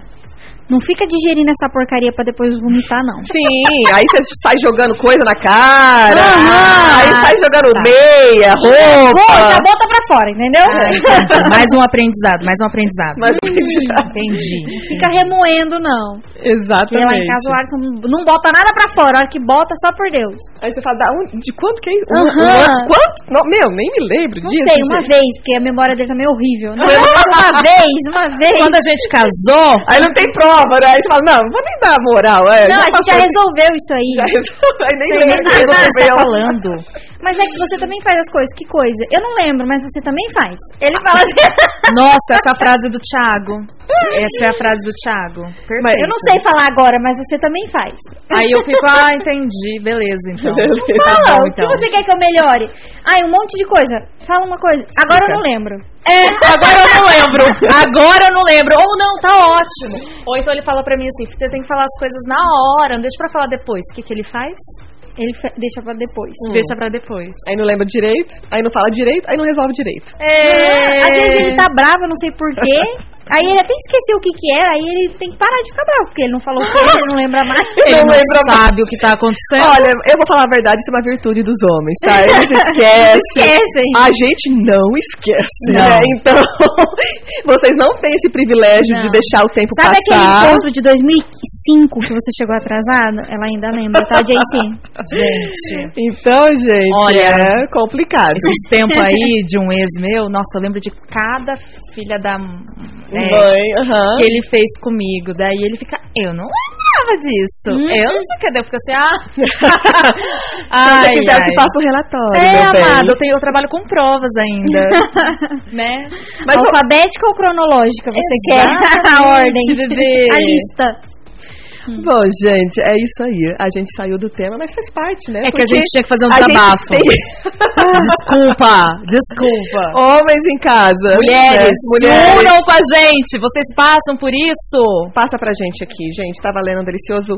[SPEAKER 4] Não fica digerindo essa porcaria pra depois vomitar, não.
[SPEAKER 3] Sim, aí você sai jogando coisa na cara,
[SPEAKER 4] Aham. Tá.
[SPEAKER 3] aí sai jogando meia, roupa.
[SPEAKER 4] Bota, bota pra fora, entendeu?
[SPEAKER 5] É, mais um aprendizado, mais um aprendizado.
[SPEAKER 3] Mas-
[SPEAKER 5] Entendi.
[SPEAKER 4] Fica remoendo, não. Porque lá em casa o
[SPEAKER 3] Exatamente.
[SPEAKER 4] Alisson não bota nada pra fora. A hora que bota, só por Deus.
[SPEAKER 3] Aí você fala, da onde- de quanto que é isso? Um-
[SPEAKER 4] Aham.
[SPEAKER 3] um ano- quanto? Não, meu, nem me lembro
[SPEAKER 4] Não
[SPEAKER 3] disso.
[SPEAKER 4] sei, uma
[SPEAKER 3] gente.
[SPEAKER 4] vez, porque a memória dele também é horrível. Não, uma vez, uma vez.
[SPEAKER 5] Quando a gente casou,
[SPEAKER 3] Aí não tem prova, né? Aí você fala, não, não vou nem dar moral. É,
[SPEAKER 4] Não, a gente já
[SPEAKER 3] passou.
[SPEAKER 4] resolveu isso aí.
[SPEAKER 3] Já resolveu. Aí nem
[SPEAKER 4] Sei
[SPEAKER 3] lembro
[SPEAKER 4] nem
[SPEAKER 3] que
[SPEAKER 4] nada.
[SPEAKER 3] resolveu.
[SPEAKER 5] tá falando.
[SPEAKER 4] Mas é que você também faz as coisas. Que coisa? Eu não lembro, mas você também faz. Ele fala assim.
[SPEAKER 5] Nossa, essa é a frase do Thiago. Essa é a frase do Thiago.
[SPEAKER 3] Mas-
[SPEAKER 4] Eu não sei falar agora, mas você também faz.
[SPEAKER 5] Aí eu fico, ah, entendi, beleza, então.
[SPEAKER 3] Beleza.
[SPEAKER 5] Tá
[SPEAKER 4] Fala,
[SPEAKER 5] bom,
[SPEAKER 4] o que
[SPEAKER 5] então.
[SPEAKER 4] você quer que eu melhore? Ai, um monte de coisa. Fala uma coisa. Agora eu não lembro.
[SPEAKER 5] É, agora eu não lembro. Agora eu não lembro. Ou não, tá ótimo. Ou então ele fala pra mim assim: você tem que falar as coisas na hora, não deixa pra falar depois. O que, que ele faz?
[SPEAKER 4] Ele fe- deixa pra depois.
[SPEAKER 5] Deixa pra depois.
[SPEAKER 3] Aí não lembra direito, aí não fala direito, aí não resolve direito.
[SPEAKER 5] É.
[SPEAKER 4] Ah, Às vezes ele tá bravo, eu não sei porquê. Aí ele até esqueceu o que que era, aí ele tem que parar de ficar bravo, porque ele não falou o que, ele não lembra mais.
[SPEAKER 5] Ele não,
[SPEAKER 3] lembra
[SPEAKER 5] sabe o que tá acontecendo.
[SPEAKER 3] Olha, eu vou falar a verdade, isso é uma virtude dos homens, tá? Eles esquecem.
[SPEAKER 4] Esquecem.
[SPEAKER 3] A gente não esquece,
[SPEAKER 5] Não.
[SPEAKER 3] né? Então, vocês não têm esse privilégio de
[SPEAKER 4] Não.
[SPEAKER 3] deixar o
[SPEAKER 5] Tá,
[SPEAKER 3] tempo
[SPEAKER 4] Sabe aquele
[SPEAKER 3] passar.
[SPEAKER 4] encontro de 2005 que você chegou atrasado? Ela ainda lembra, tá, JC?
[SPEAKER 5] Gente,
[SPEAKER 3] Então, gente,
[SPEAKER 5] Olha.
[SPEAKER 3] é complicado.
[SPEAKER 5] esses tempos aí de um ex meu, nossa, eu lembro de cada filha da. é,
[SPEAKER 3] Mãe, aham.
[SPEAKER 5] que ele fez comigo. Daí ele fica, eu não lembrava disso.
[SPEAKER 4] Hum.
[SPEAKER 5] Eu não sei o que. Daí eu fico assim, ah.
[SPEAKER 3] Se
[SPEAKER 5] ai,
[SPEAKER 3] você quiser, eu te
[SPEAKER 5] ai.
[SPEAKER 3] passo o relatório,
[SPEAKER 5] É,
[SPEAKER 3] meu bem.
[SPEAKER 5] amado, eu, tenho, eu trabalho com provas ainda. né?
[SPEAKER 3] Mas eu-
[SPEAKER 4] Alfabética ou cronológica você quer? A
[SPEAKER 5] Exatamente,
[SPEAKER 4] ordem.
[SPEAKER 5] bebê.
[SPEAKER 4] A lista.
[SPEAKER 3] Bom, gente, é isso aí. A gente saiu do tema, mas faz parte, né?
[SPEAKER 5] É que a gente tinha que fazer um
[SPEAKER 3] a gente
[SPEAKER 5] desabafo. Ah,
[SPEAKER 3] tem-
[SPEAKER 5] Desculpa, desculpa.
[SPEAKER 3] Homens em casa.
[SPEAKER 5] Mulheres,
[SPEAKER 3] né? mulheres.
[SPEAKER 5] se unam com a gente. Vocês passam por isso.
[SPEAKER 3] Passa pra gente aqui, gente. Tá valendo um delicioso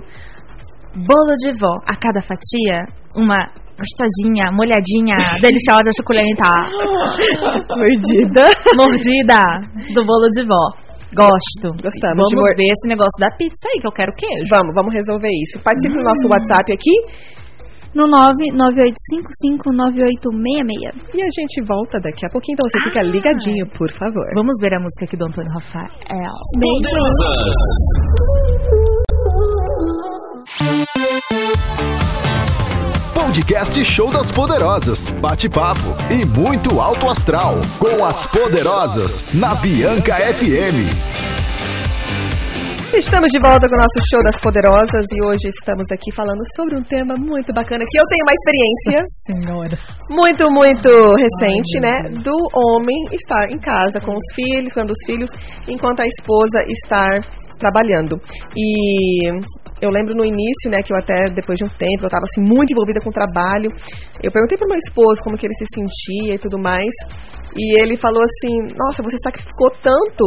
[SPEAKER 5] Bolo de vó, a cada fatia, uma gostosinha, molhadinha, deliciosa, chocolenta,
[SPEAKER 3] mordida.
[SPEAKER 5] mordida do bolo de vó. Gosto.
[SPEAKER 3] Gostamos
[SPEAKER 5] Vamos
[SPEAKER 3] de mor-
[SPEAKER 5] ver esse negócio da pizza aí, que eu quero queijo.
[SPEAKER 3] Vamos, vamos resolver isso. Participe do
[SPEAKER 5] Hum.
[SPEAKER 3] nosso WhatsApp aqui
[SPEAKER 4] No 998559866.
[SPEAKER 3] e a gente volta daqui a pouquinho. Então você fica ligadinho, por favor.
[SPEAKER 5] Ah! Vamos ver a música aqui do Antônio Rafael.
[SPEAKER 1] Podcast Show das Poderosas. Bate-papo e muito alto astral. Com as Poderosas, na Bianca FM.
[SPEAKER 3] Estamos de volta com o nosso show das poderosas e hoje estamos aqui falando sobre um tema muito bacana que eu tenho uma experiência
[SPEAKER 5] Senhora.
[SPEAKER 3] muito, muito recente, né? Do homem estar em casa com os filhos, quando os filhos, enquanto a esposa estar trabalhando. E eu lembro no início, né, que eu até depois de um tempo eu estava assim muito envolvida com o trabalho. Eu perguntei pro meu esposo como que ele se sentia e tudo mais. E ele falou assim: "Nossa, você sacrificou tanto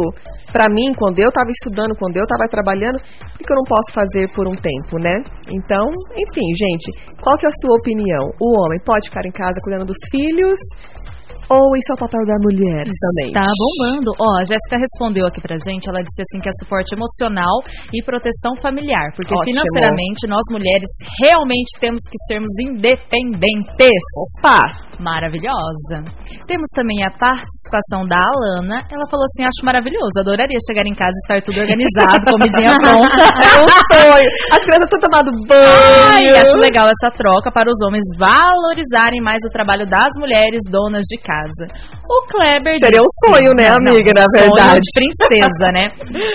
[SPEAKER 3] pra mim quando eu tava estudando, quando eu tava trabalhando, por que que eu não posso fazer por um tempo, né?" Então, enfim, gente, qual que é a sua opinião? O homem pode ficar em casa cuidando dos filhos ou isso é o papel da mulher também?
[SPEAKER 5] Tá bombando. Ó, a Jéssica respondeu aqui pra gente, ela disse assim que é suporte emocional e proteção familiar, porque
[SPEAKER 3] Ótimo.
[SPEAKER 5] financeiramente nós mulheres realmente temos que sermos independentes. Opa! Maravilhosa. Temos também a participação da Alana. Ela falou assim: "Acho maravilhoso, adoraria chegar em casa e estar tudo organizado, comidinha pronta".
[SPEAKER 3] É um sonho. As crianças estão tomando
[SPEAKER 5] Ai,
[SPEAKER 3] banho.
[SPEAKER 5] acho legal essa troca para os homens valorizarem mais o trabalho das mulheres donas de casa. O Kleber
[SPEAKER 3] Seria um
[SPEAKER 5] disse-
[SPEAKER 3] sonho, né,
[SPEAKER 5] Não, não,
[SPEAKER 3] amiga, na
[SPEAKER 5] sonho
[SPEAKER 3] verdade.
[SPEAKER 5] de princesa, né?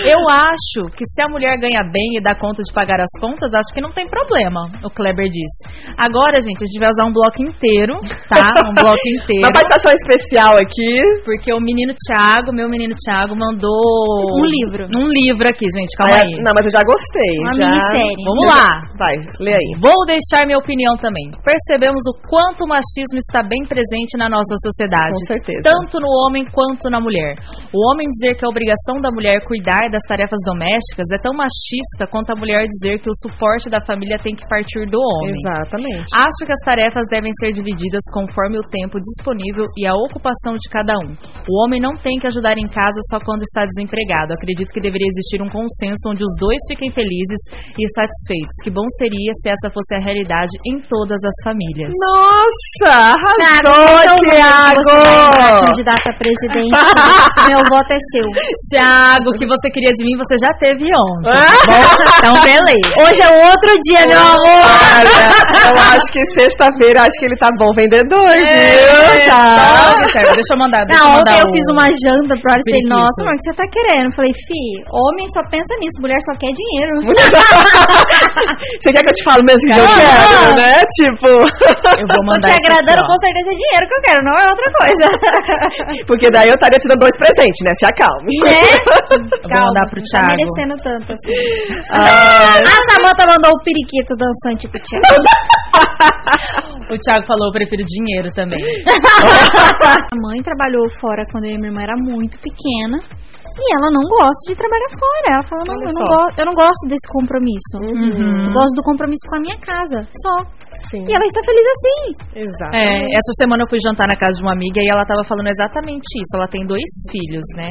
[SPEAKER 5] Eu acho que se a mulher ganha bem e dá conta de pagar as contas, acho que não tem problema, o Kleber disse. Agora, gente, a gente vai usar um bloco inteiro, tá? Um bloco inteiro.
[SPEAKER 3] Uma participação especial aqui.
[SPEAKER 5] Porque o menino Thiago, meu menino Thiago, mandou.
[SPEAKER 4] Um livro.
[SPEAKER 5] Um livro aqui, gente, calma
[SPEAKER 3] Ah,
[SPEAKER 5] aí.
[SPEAKER 3] Não, mas eu já gostei.
[SPEAKER 4] Uma
[SPEAKER 3] já...
[SPEAKER 4] minissérie.
[SPEAKER 5] Vamos lá!
[SPEAKER 3] Vai, lê aí.
[SPEAKER 5] Vou deixar minha opinião também. Percebemos o quanto o machismo está bem presente na nossa sociedade.
[SPEAKER 3] Com certeza.
[SPEAKER 5] Tanto no homem quanto na mulher. O homem dizer que a obrigação da mulher cuidar das tarefas domésticas é tão machista quanto a mulher dizer que o suporte da família tem que partir do homem.
[SPEAKER 3] Exatamente.
[SPEAKER 5] Acho que as tarefas devem ser divididas conforme o tempo disponível e a ocupação de cada um. O homem não tem que ajudar em casa só quando está desempregado. Acredito que deveria existir um consenso onde os dois fiquem felizes e satisfeitos. Que bom seria se essa fosse a realidade em todas as famílias.
[SPEAKER 3] Nossa,
[SPEAKER 4] Então,
[SPEAKER 3] arrasou,
[SPEAKER 5] então, é
[SPEAKER 4] você vai entrar
[SPEAKER 3] Thiago!
[SPEAKER 4] Candidato a presidente, meu voto é seu.
[SPEAKER 5] Tiago, o que você queria de mim você já teve ontem. tá bom? Então, beleza.
[SPEAKER 4] Hoje é outro dia, meu
[SPEAKER 5] é um
[SPEAKER 4] amor.
[SPEAKER 3] Olha, eu acho que sexta-feira acho que ele tá bom vendedor, viu?
[SPEAKER 5] Tá,
[SPEAKER 3] Tá.
[SPEAKER 5] Ricardo, Deixa eu mandar. Deixa
[SPEAKER 4] Não,
[SPEAKER 5] eu
[SPEAKER 4] ontem
[SPEAKER 5] mandar um
[SPEAKER 4] eu
[SPEAKER 5] o-
[SPEAKER 4] fiz uma janta pra hora e falei,
[SPEAKER 5] periquito.
[SPEAKER 4] nossa, amor, o que você tá querendo? Eu Falei, fi, homem só pensa nisso, mulher só quer dinheiro.
[SPEAKER 3] Você quer que eu te fale mesmo que eu quero, né? Tipo,
[SPEAKER 5] Eu vou
[SPEAKER 4] Tô
[SPEAKER 5] mandar
[SPEAKER 4] te
[SPEAKER 5] isso aqui,
[SPEAKER 4] agradando,
[SPEAKER 5] ó.
[SPEAKER 4] com certeza é dinheiro que eu quero, não é outra coisa.
[SPEAKER 3] porque daí eu estaria te dando dois presentes, né? Se acalme.
[SPEAKER 4] né?
[SPEAKER 5] Eu vou mandar pro
[SPEAKER 4] você
[SPEAKER 5] Thiago.
[SPEAKER 4] Tá merecendo tanto, assim.
[SPEAKER 3] Ah,
[SPEAKER 4] A Samanta mandou o periquito dançante pro Thiago.
[SPEAKER 5] O Thiago falou, eu prefiro dinheiro também.
[SPEAKER 4] A mãe trabalhou fora quando eu e minha irmã era muito pequena. E ela não gosta de trabalhar fora. Ela fala, não,
[SPEAKER 3] Olha
[SPEAKER 4] eu não,
[SPEAKER 3] só.
[SPEAKER 4] gosto, eu não gosto desse compromisso. Eu gosto do compromisso com a minha casa, só.
[SPEAKER 3] Sim.
[SPEAKER 4] E ela está feliz assim.
[SPEAKER 3] Exato.
[SPEAKER 5] É, essa semana eu fui jantar na casa de uma amiga e ela tava falando exatamente isso. Ela tem dois filhos, né?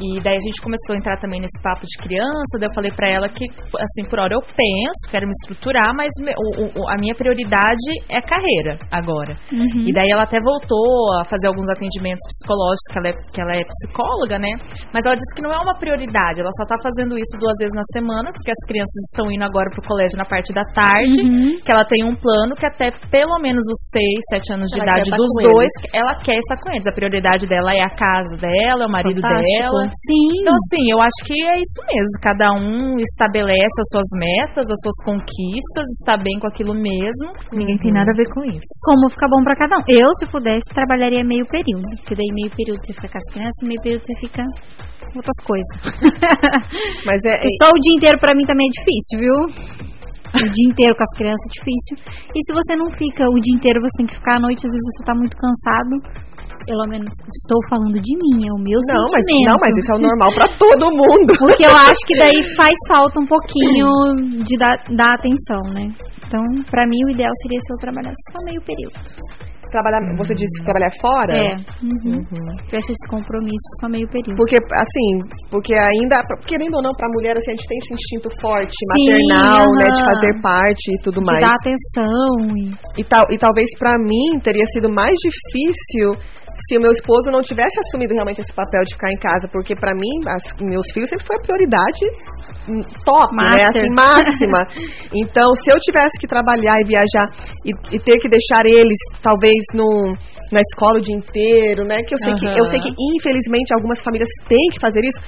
[SPEAKER 5] E daí a gente começou a entrar também nesse papo de criança. Daí eu falei pra ela que, assim, por hora eu penso, quero me estruturar, mas me- o- o- o- a minha prioridade é carreira agora.
[SPEAKER 4] Uhum.
[SPEAKER 5] E daí ela até voltou a fazer alguns atendimentos psicológicos, que ela, é, que ela é psicóloga, né? Mas ela disse que não é uma prioridade, ela só tá fazendo isso duas vezes na semana, porque as crianças estão indo agora pro colégio na parte da tarde,
[SPEAKER 4] Uhum.
[SPEAKER 5] que ela tem um plano que até pelo menos os seis, sete anos de
[SPEAKER 3] Ela quer
[SPEAKER 5] idade
[SPEAKER 3] estar
[SPEAKER 5] dos
[SPEAKER 3] com
[SPEAKER 5] dois, ela quer estar com eles. A prioridade dela é a casa dela, é o marido
[SPEAKER 3] Fantástico.
[SPEAKER 5] dela.
[SPEAKER 4] Sim.
[SPEAKER 5] Então, assim, eu acho que é isso mesmo. Cada um estabelece as suas metas, as suas conquistas, está bem com aquilo mesmo. Ninguém tem nada a ver com isso.
[SPEAKER 4] Como fica bom pra cada um. Eu, se pudesse, trabalharia meio período. Porque daí meio período você fica com as crianças, meio período você fica com outras coisas.
[SPEAKER 3] Mas é,
[SPEAKER 4] E só o dia inteiro pra mim também é difícil, viu? O dia inteiro com as crianças é difícil. E se você não fica o dia inteiro, você tem que ficar à noite, às vezes você tá muito cansado. Pelo menos estou falando de mim, é o meu
[SPEAKER 3] não, mas,
[SPEAKER 4] sentimento.
[SPEAKER 3] não, mas isso é o normal pra todo mundo.
[SPEAKER 4] Porque eu acho que daí faz falta um pouquinho de dar, dar atenção, né? Então, pra mim, o ideal seria se eu trabalhasse só meio período.
[SPEAKER 3] Trabalhar, você disse que trabalhar fora?
[SPEAKER 4] É. Uhum. Tivesse esse compromisso só meio período.
[SPEAKER 3] Porque, assim, porque ainda, querendo ou não, pra mulher, assim, a gente tem esse instinto forte,
[SPEAKER 4] Sim,
[SPEAKER 3] maternal, né, de
[SPEAKER 4] aham.
[SPEAKER 3] fazer parte e tudo
[SPEAKER 4] De
[SPEAKER 3] mais.
[SPEAKER 4] dar atenção e...
[SPEAKER 3] E, tal, e talvez pra mim teria sido mais difícil se o meu esposo não tivesse assumido realmente esse papel de ficar em casa, porque pra mim, as- meus filhos sempre foi a prioridade hum, top, né?
[SPEAKER 4] Master.
[SPEAKER 3] Assim, máxima. Então, se eu tivesse que trabalhar e viajar e, e ter que deixar eles, talvez, no, na escola o dia inteiro, né? Que eu sei, que, eu sei que, infelizmente, algumas famílias têm que fazer isso.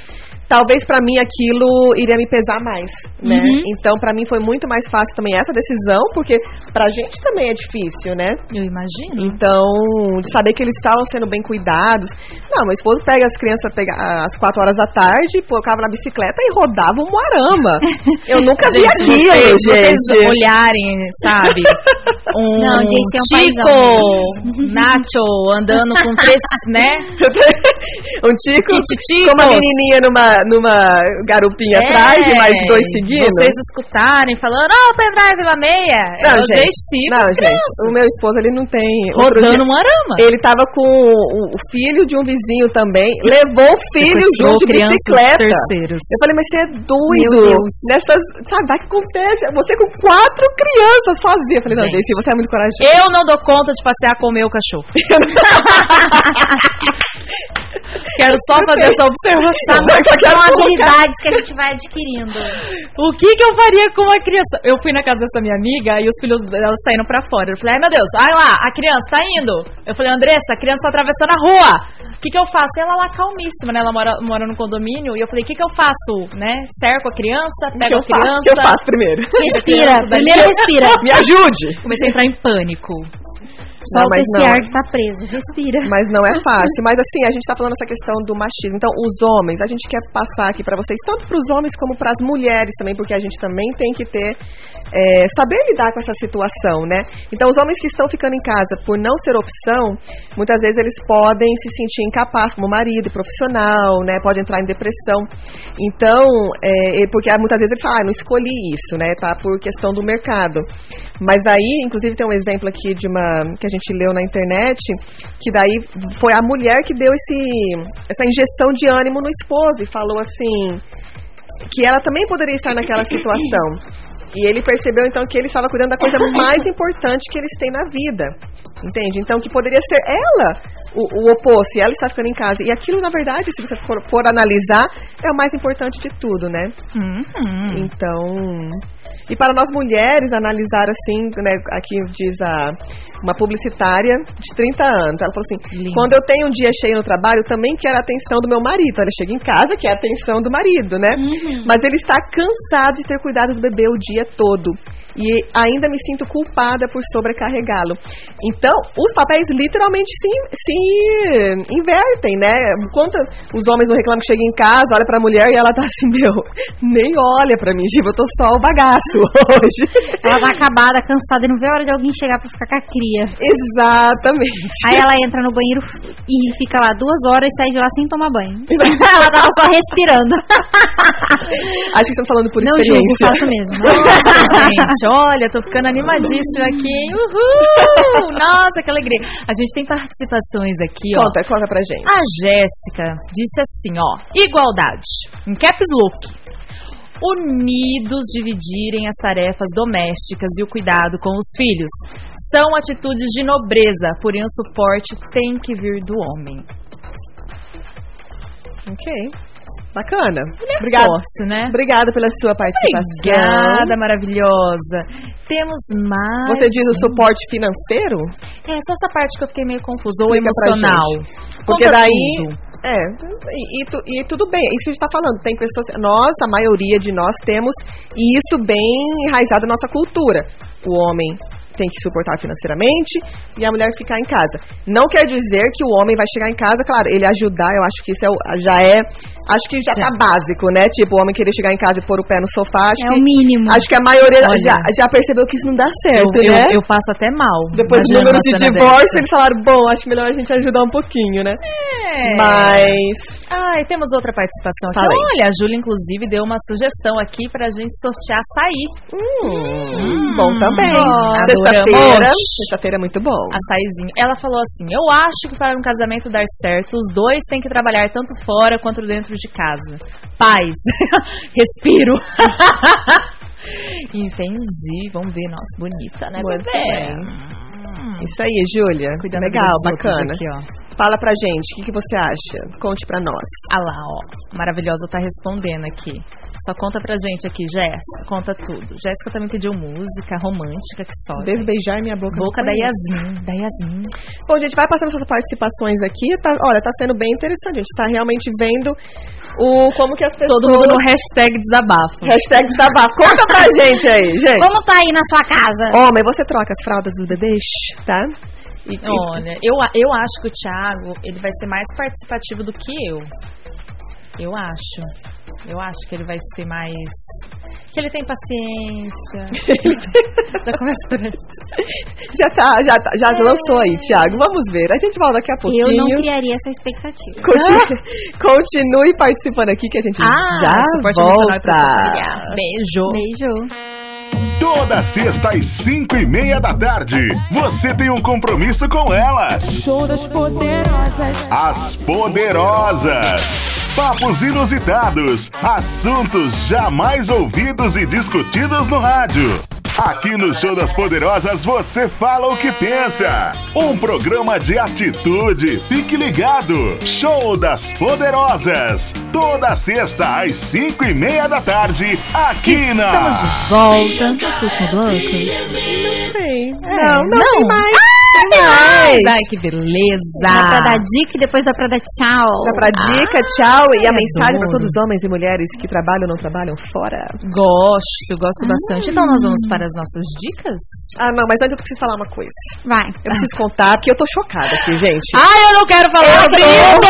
[SPEAKER 3] Talvez pra mim aquilo iria me pesar mais, né? Então, pra mim foi muito mais fácil também essa decisão, porque pra gente também é difícil, né?
[SPEAKER 5] Eu imagino.
[SPEAKER 3] Então, de saber que eles estavam sendo bem cuidados. Não, meu esposo pega as crianças pega, às quatro horas da tarde, colocava na bicicleta e rodava um arama. Eu nunca vi
[SPEAKER 5] Gente,
[SPEAKER 3] aquilo,
[SPEAKER 5] vocês,
[SPEAKER 3] gente.
[SPEAKER 5] vocês olharem, sabe? Um
[SPEAKER 4] Não, gente, é um
[SPEAKER 5] Chico, Nacho, andando com três, né?
[SPEAKER 3] um tico
[SPEAKER 5] E titicos.
[SPEAKER 3] com uma menininha numa, numa garupinha
[SPEAKER 5] É.
[SPEAKER 3] atrás e mais dois seguindo.
[SPEAKER 5] Vocês escutarem falando, ó, o pendrive lá meia. é o Jay Chico,
[SPEAKER 3] não, gente,
[SPEAKER 5] crianças.
[SPEAKER 3] o meu esposo ele não tem. outro
[SPEAKER 5] rodando
[SPEAKER 3] dia-
[SPEAKER 5] um arama.
[SPEAKER 3] Ele tava com o o filho de um vizinho também, levou o filho
[SPEAKER 5] Sequestrou
[SPEAKER 3] junto de
[SPEAKER 5] crianças
[SPEAKER 3] bicicleta.
[SPEAKER 5] terceiros.
[SPEAKER 3] Eu falei, mas você é doido.
[SPEAKER 4] Meu Deus.
[SPEAKER 3] Nessas, sabe, vai que acontece. Você com quatro crianças sozinha. Eu falei, não,
[SPEAKER 5] Gente.
[SPEAKER 3] Daisy, você é muito corajoso.
[SPEAKER 5] Eu não dou conta de passear com o meu cachorro. Quero só fazer essa observação.
[SPEAKER 4] São habilidades que a gente vai adquirindo.
[SPEAKER 5] O que que eu faria com uma criança? Eu fui na casa dessa minha amiga e os filhos dela saíram pra fora. Eu falei, ai meu Deus, olha lá, a criança tá indo. Eu falei, Andressa, a criança tá atravessando a rua. O que que eu faço? Ela lá calmíssima, né? Ela mora, mora no condomínio. E eu falei, o que que eu faço? Né? Cerco a criança,
[SPEAKER 3] O que
[SPEAKER 5] pego
[SPEAKER 3] eu faço? O
[SPEAKER 5] a
[SPEAKER 3] que
[SPEAKER 5] criança.
[SPEAKER 3] eu faço primeiro?
[SPEAKER 4] Respira, primeiro respira.
[SPEAKER 3] Me ajude!
[SPEAKER 5] Comecei a entrar em pânico.
[SPEAKER 4] Solta
[SPEAKER 3] mas
[SPEAKER 4] esse
[SPEAKER 3] não.
[SPEAKER 4] ar que tá preso, respira.
[SPEAKER 3] Mas não é fácil. Mas assim, a gente tá falando essa questão do machismo. Então, os homens, a gente quer passar aqui pra vocês, tanto pros homens como pras mulheres também, porque a gente também tem que ter é, saber lidar com essa situação, né? Então, os homens que estão ficando em casa por não ser opção, muitas vezes eles podem se sentir incapazes como marido, profissional, né? Pode entrar em depressão. Então, é, e porque ah, muitas vezes ele fala, ah, não escolhi isso, né? Tá por questão do mercado. Mas daí, inclusive, tem um exemplo aqui de uma que a gente leu na internet, que daí foi a mulher que deu esse, essa injeção de ânimo no esposo e falou assim que ela também poderia estar naquela situação. E ele percebeu então que ele estava cuidando da coisa mais importante que eles têm na vida. Entende? Então que poderia ser ela o, o oposto, e ela está ficando em casa. E aquilo, na verdade, se você for, for analisar, é o mais importante de tudo, né? Então. E para nós mulheres analisar assim, né, aqui diz a uma publicitária de 30 anos. Ela falou assim: "Quando eu tenho um dia cheio no trabalho, eu também quero a atenção do meu marido. Ela chega em casa, quer a atenção do marido, né? Mas ele está cansado de ter cuidado do bebê o dia todo. E ainda me sinto culpada por sobrecarregá-lo. Então, os papéis literalmente se, se invertem, né? Quanto os homens não reclamam que chega em casa, olha pra mulher e ela tá assim, meu, nem olha pra mim, Giva, eu tô só o bagaço hoje.
[SPEAKER 4] Ela tá acabada, cansada e não vê a hora de alguém chegar pra ficar com a cria.
[SPEAKER 3] Exatamente.
[SPEAKER 4] Aí ela entra no banheiro e fica lá duas horas e sai de lá sem tomar banho. ela tava só respirando.
[SPEAKER 3] Acho que estamos falando por
[SPEAKER 4] Não
[SPEAKER 3] experiência.
[SPEAKER 4] julgo, faço mesmo. né?
[SPEAKER 5] Nossa, gente, olha, tô ficando animadíssima aqui, hein? Uhul! Nossa, que alegria. A gente tem participações aqui, ó.
[SPEAKER 3] Conta, conta pra gente.
[SPEAKER 5] A Jéssica disse assim, ó, igualdade, em caps look. Unidos dividirem as tarefas domésticas e o cuidado com os filhos. São atitudes de nobreza, porém o suporte tem que vir do homem.
[SPEAKER 3] Ok. Bacana. Obrigada.
[SPEAKER 5] Forte, né?
[SPEAKER 3] Obrigada pela sua participação.
[SPEAKER 5] Obrigada, maravilhosa. Temos mais.
[SPEAKER 3] Você diz o suporte financeiro?
[SPEAKER 5] É só essa parte que eu fiquei meio confusa, ou
[SPEAKER 3] Explica pra
[SPEAKER 5] emocional.
[SPEAKER 3] Porque
[SPEAKER 5] Conta
[SPEAKER 3] daí.
[SPEAKER 5] tudo.
[SPEAKER 3] É, e, e tu- e tudo bem, é isso que a gente tá falando. Tem pessoas. Nós, a maioria de nós, temos isso bem enraizado na nossa cultura. O homem tem que suportar financeiramente e a mulher ficar em casa. Não quer dizer que o homem vai chegar em casa, claro, ele ajudar, eu acho que isso é, o- já é. Acho que já,
[SPEAKER 5] Já.
[SPEAKER 3] tá básico, né? Tipo, o homem querer chegar em casa e pôr o pé no sofá. Acho,
[SPEAKER 4] É
[SPEAKER 3] que,
[SPEAKER 4] o mínimo.
[SPEAKER 3] acho que a maioria
[SPEAKER 5] um Olha.
[SPEAKER 3] já, já percebeu que isso não dá
[SPEAKER 5] Eu,
[SPEAKER 3] certo,
[SPEAKER 5] eu,
[SPEAKER 3] né?
[SPEAKER 5] eu faço até mal.
[SPEAKER 3] Depois do
[SPEAKER 5] Imagina
[SPEAKER 3] número
[SPEAKER 5] uma
[SPEAKER 3] de
[SPEAKER 5] cena
[SPEAKER 3] divórcio,
[SPEAKER 5] dessa.
[SPEAKER 3] eles falaram, bom, acho melhor a gente ajudar um pouquinho, né?
[SPEAKER 5] É.
[SPEAKER 3] Mas.
[SPEAKER 5] Ai, temos outra participação aqui.
[SPEAKER 3] Fala aí.
[SPEAKER 5] Olha, a Júlia, inclusive, deu uma sugestão aqui pra gente sortear açaí.
[SPEAKER 3] Hum, bom também.
[SPEAKER 5] ó,
[SPEAKER 3] Sexta-feira.
[SPEAKER 5] adoramos.
[SPEAKER 3] Sexta-feira é muito bom.
[SPEAKER 5] Açaizinho. Ela falou assim: Eu acho que para um casamento dar certo, os dois têm que trabalhar tanto fora quanto dentro de casa. Paz. Respiro. Entendi. Vamos ver. Nossa, bonita, né?
[SPEAKER 3] Muito
[SPEAKER 5] bebê? Hum.
[SPEAKER 3] bem. Isso aí, Júlia.
[SPEAKER 5] Cuidando
[SPEAKER 3] Legal,
[SPEAKER 5] dos outros
[SPEAKER 3] bacana.
[SPEAKER 5] Aqui, ó.
[SPEAKER 3] Fala pra gente, o que, que você acha? Conte pra nós.
[SPEAKER 5] Ah lá, ó. Maravilhosa tá respondendo aqui. Só conta pra gente aqui, Jéssica. Conta tudo. Jéssica também pediu música romântica que só.
[SPEAKER 3] Desbeijar minha boca.
[SPEAKER 5] Boca
[SPEAKER 3] não
[SPEAKER 5] da
[SPEAKER 3] conheço.
[SPEAKER 5] Yasmin, da Yasmin.
[SPEAKER 3] Bom, gente, vai passando essas participações aqui. Tá- olha, tá sendo bem interessante. A gente tá realmente vendo o, como que as pessoas...
[SPEAKER 5] Todo mundo no hashtag desabafo.
[SPEAKER 3] Hashtag desabafo. Conta pra gente aí, gente.
[SPEAKER 4] Como tá aí na sua casa?
[SPEAKER 3] Homem, você troca as fraldas dos bebês, tá? E, e-
[SPEAKER 5] Olha, eu, a- eu acho que o Thiago, ele vai ser mais participativo do que eu. Eu acho. Eu acho que ele vai ser mais. Que ele tem paciência. Já começa por aí.
[SPEAKER 3] já tá, já, tá- já
[SPEAKER 5] É.
[SPEAKER 3] lançou aí, Thiago. Vamos ver. A gente volta daqui a pouquinho.
[SPEAKER 4] Eu não criaria essa expectativa.
[SPEAKER 3] Continue, continue participando aqui que a gente já
[SPEAKER 5] suporte emocional é pra
[SPEAKER 3] volta.
[SPEAKER 5] familiar. Beijo.
[SPEAKER 4] Beijo.
[SPEAKER 6] Toda sexta às cinco e meia da tarde, você tem um compromisso com elas.
[SPEAKER 7] Show das poderosas.
[SPEAKER 6] As Poderosas. Papos inusitados, assuntos jamais ouvidos e discutidos no rádio. Aqui no Show das Poderosas você fala o que pensa. Um programa de atitude. Fique ligado. Show das Poderosas. Toda sexta às cinco e meia da tarde, aqui na.
[SPEAKER 5] Volta. Assista o bloco.
[SPEAKER 3] Não, não,
[SPEAKER 5] É, não. Ah,
[SPEAKER 3] tem mais. tem mais.
[SPEAKER 5] Ai, que beleza.
[SPEAKER 4] Dá pra dar dica e depois dá pra dar tchau.
[SPEAKER 3] Dá pra dica, tchau. E a
[SPEAKER 5] Ai,
[SPEAKER 3] mensagem pra
[SPEAKER 5] Ah, adoro.
[SPEAKER 3] todos os homens e mulheres que trabalham ou não trabalham fora.
[SPEAKER 5] Gosto, gosto bastante. Então nós vamos para as nossas dicas?
[SPEAKER 3] Ah, não, mas antes eu preciso falar uma coisa.
[SPEAKER 4] Vai.
[SPEAKER 3] Eu preciso contar, porque eu tô chocada aqui, gente.
[SPEAKER 5] Ah, eu não quero falar
[SPEAKER 3] Eu
[SPEAKER 5] sobre
[SPEAKER 3] tô-
[SPEAKER 5] isso!